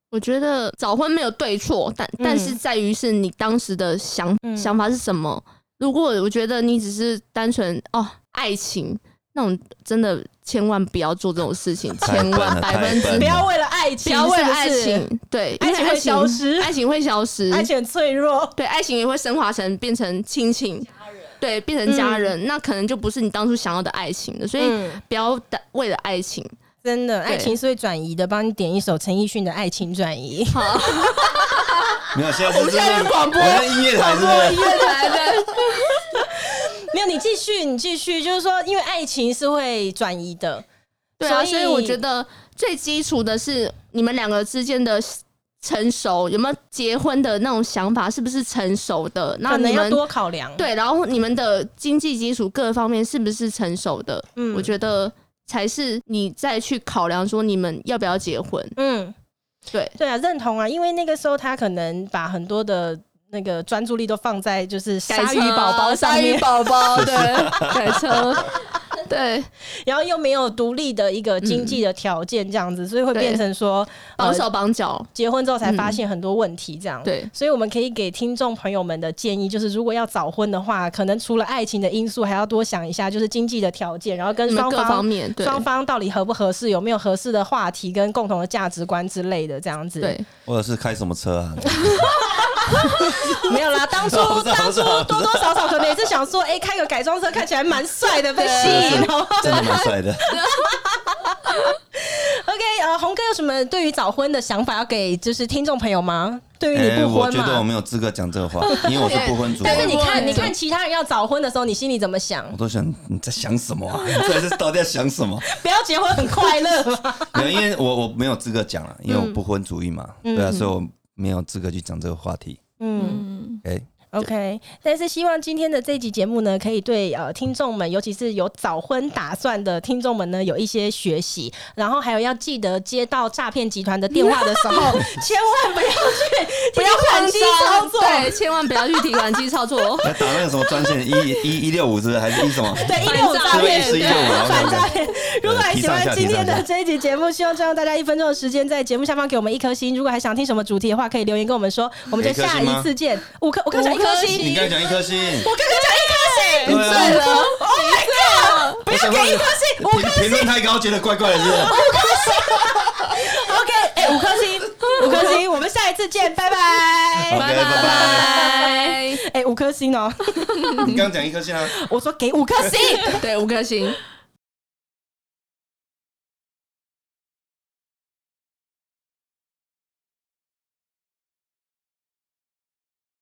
[SPEAKER 2] 我觉得早婚没有对错，但但是在于是你当时的想、
[SPEAKER 1] 嗯
[SPEAKER 2] 想法是什么。如果我觉得你只是单纯哦爱情那种，真的千万不要做这种事情，
[SPEAKER 3] 太
[SPEAKER 2] 千
[SPEAKER 3] 笨了
[SPEAKER 2] 万百分
[SPEAKER 3] 太笨
[SPEAKER 2] 之
[SPEAKER 3] 了
[SPEAKER 1] 不要为了爱
[SPEAKER 2] 不
[SPEAKER 1] 情，
[SPEAKER 2] 要为了
[SPEAKER 1] 是
[SPEAKER 2] 爱
[SPEAKER 1] 不是
[SPEAKER 2] 情，，对，
[SPEAKER 1] 爱
[SPEAKER 2] 因为
[SPEAKER 1] 情会消失
[SPEAKER 2] 爱情会消失，
[SPEAKER 1] 爱情很脆弱。
[SPEAKER 2] 对，爱情也会升华成变成亲情，对，变成家人，那可能就不是你当初想要的爱情了。所以
[SPEAKER 1] 嗯
[SPEAKER 2] 不要单为了爱情，
[SPEAKER 1] 真的，
[SPEAKER 2] 对
[SPEAKER 1] 爱情是会转移的。帮你点一首陈奕迅的《爱情转移》。
[SPEAKER 2] 好，
[SPEAKER 3] 没有，现在是
[SPEAKER 2] 在是广播
[SPEAKER 3] 我们音乐台是不
[SPEAKER 2] 我
[SPEAKER 3] 是
[SPEAKER 2] 音乐台的，
[SPEAKER 1] 没有，你继续，你继续，就是说，因为爱情是会转移的，
[SPEAKER 2] 对啊，
[SPEAKER 1] 所
[SPEAKER 2] 所
[SPEAKER 1] 以
[SPEAKER 2] 以我觉得最基础的是你们两个之间的成熟，有没有结婚的那种想法，是不是成熟的？那
[SPEAKER 1] 可能
[SPEAKER 2] 你
[SPEAKER 1] 要
[SPEAKER 2] 们
[SPEAKER 1] 多考量。，
[SPEAKER 2] 对，然后你们的经济基础各方面是不是成熟的？
[SPEAKER 1] 嗯
[SPEAKER 2] 我觉得才是你再去考量说你们要不要结婚。
[SPEAKER 1] 嗯，
[SPEAKER 2] 对，
[SPEAKER 1] 对啊，认同啊，因为那个时候他可能把很多的那个专注力都放在就是鲨鱼宝宝上
[SPEAKER 2] 鲨鱼
[SPEAKER 1] 面，
[SPEAKER 2] 宝宝，对，改车，对，
[SPEAKER 1] 然后又没有独立的一个经济的条件，这样子，所以会
[SPEAKER 2] 嗯对
[SPEAKER 1] 变成说
[SPEAKER 2] 绑
[SPEAKER 1] 呃
[SPEAKER 2] 手绑脚，
[SPEAKER 1] 结婚之后才发现很多问题，这样。
[SPEAKER 2] 对
[SPEAKER 1] 所以我们可以给听众朋友们的建议就是，如果要早婚的话，可能除了爱情的因素，还要多想一下就是经济的条件，然后跟
[SPEAKER 2] 你们
[SPEAKER 1] 双
[SPEAKER 2] 各方面，对，
[SPEAKER 1] 双方到底合不合适，有没有合适的话题跟共同的价值观之类的，这样子。，
[SPEAKER 2] 对，
[SPEAKER 3] 或者是开什么车啊？
[SPEAKER 1] 没有 啦，当初
[SPEAKER 3] 我知道
[SPEAKER 1] 当初
[SPEAKER 3] 我知道
[SPEAKER 1] 多多少少可能也是想说，哎、开个改装车看起来蛮帅的，被吸引哦。
[SPEAKER 3] 真的蛮帅的。
[SPEAKER 1] OK，呃，红哥有什么对于早婚的想法要给就是听众朋友吗？对于你
[SPEAKER 3] 哎，
[SPEAKER 1] 不
[SPEAKER 3] 我
[SPEAKER 1] 婚
[SPEAKER 3] 觉得我
[SPEAKER 1] 嘛？
[SPEAKER 3] 没有资格讲这个 话，因为我是不婚族。
[SPEAKER 1] 但是你看，
[SPEAKER 4] 对
[SPEAKER 1] 你看其他人要早婚的时候，你心里怎么想
[SPEAKER 3] 我？都想你在想什么啊？ 你这是到底在想什么？
[SPEAKER 1] 不要结婚很快乐 吗？
[SPEAKER 3] 没有，因为我我没有资格讲了，因为我不婚主义嘛，对啊，所以我没有资格去讲这个话题。
[SPEAKER 1] 嗯
[SPEAKER 4] 嗯，
[SPEAKER 3] 哎，
[SPEAKER 1] ，OK。但是希望今天的这集节目呢，可以对呃听众们，尤其是有早婚打算的听众们呢，有一些学习。然后还有要记得接到诈骗集团的电话的时候，
[SPEAKER 3] 。
[SPEAKER 1] 千万不要去
[SPEAKER 2] 不要
[SPEAKER 1] 提款
[SPEAKER 2] 慌
[SPEAKER 1] 机操
[SPEAKER 2] 张，
[SPEAKER 1] 作。
[SPEAKER 2] 对，千万不要去提款机操作哦
[SPEAKER 3] 要打那个什么专线一一一六五是不是还是一什么？
[SPEAKER 1] 对，一六五诈骗，
[SPEAKER 3] 是不是
[SPEAKER 1] 对，
[SPEAKER 3] 115
[SPEAKER 1] 反诈骗。如果还喜欢今天的
[SPEAKER 3] 提
[SPEAKER 1] 这一集节目，希望占用大家一分钟的时间，在节目下方给我们一颗星。如果还想听什么主题的话，可以留言跟我们说。我们就
[SPEAKER 3] 给一颗
[SPEAKER 1] 下
[SPEAKER 3] 星吗
[SPEAKER 1] 一次见。五颗，我刚讲一颗星，
[SPEAKER 3] 你刚才讲一颗星，
[SPEAKER 1] 我刚刚讲一颗星，
[SPEAKER 3] 对啊
[SPEAKER 2] 对了，
[SPEAKER 1] 不要给一颗星，五颗
[SPEAKER 3] 评评论太高，觉得怪怪的，是不是？
[SPEAKER 1] OK，哎，五颗星，五颗星，我们下一次见，拜拜。
[SPEAKER 3] OK，拜
[SPEAKER 2] 拜，
[SPEAKER 1] 哎，五颗星哦，
[SPEAKER 3] 你刚刚讲一颗星啊。
[SPEAKER 1] 我说给五颗星。
[SPEAKER 2] 对，五颗星。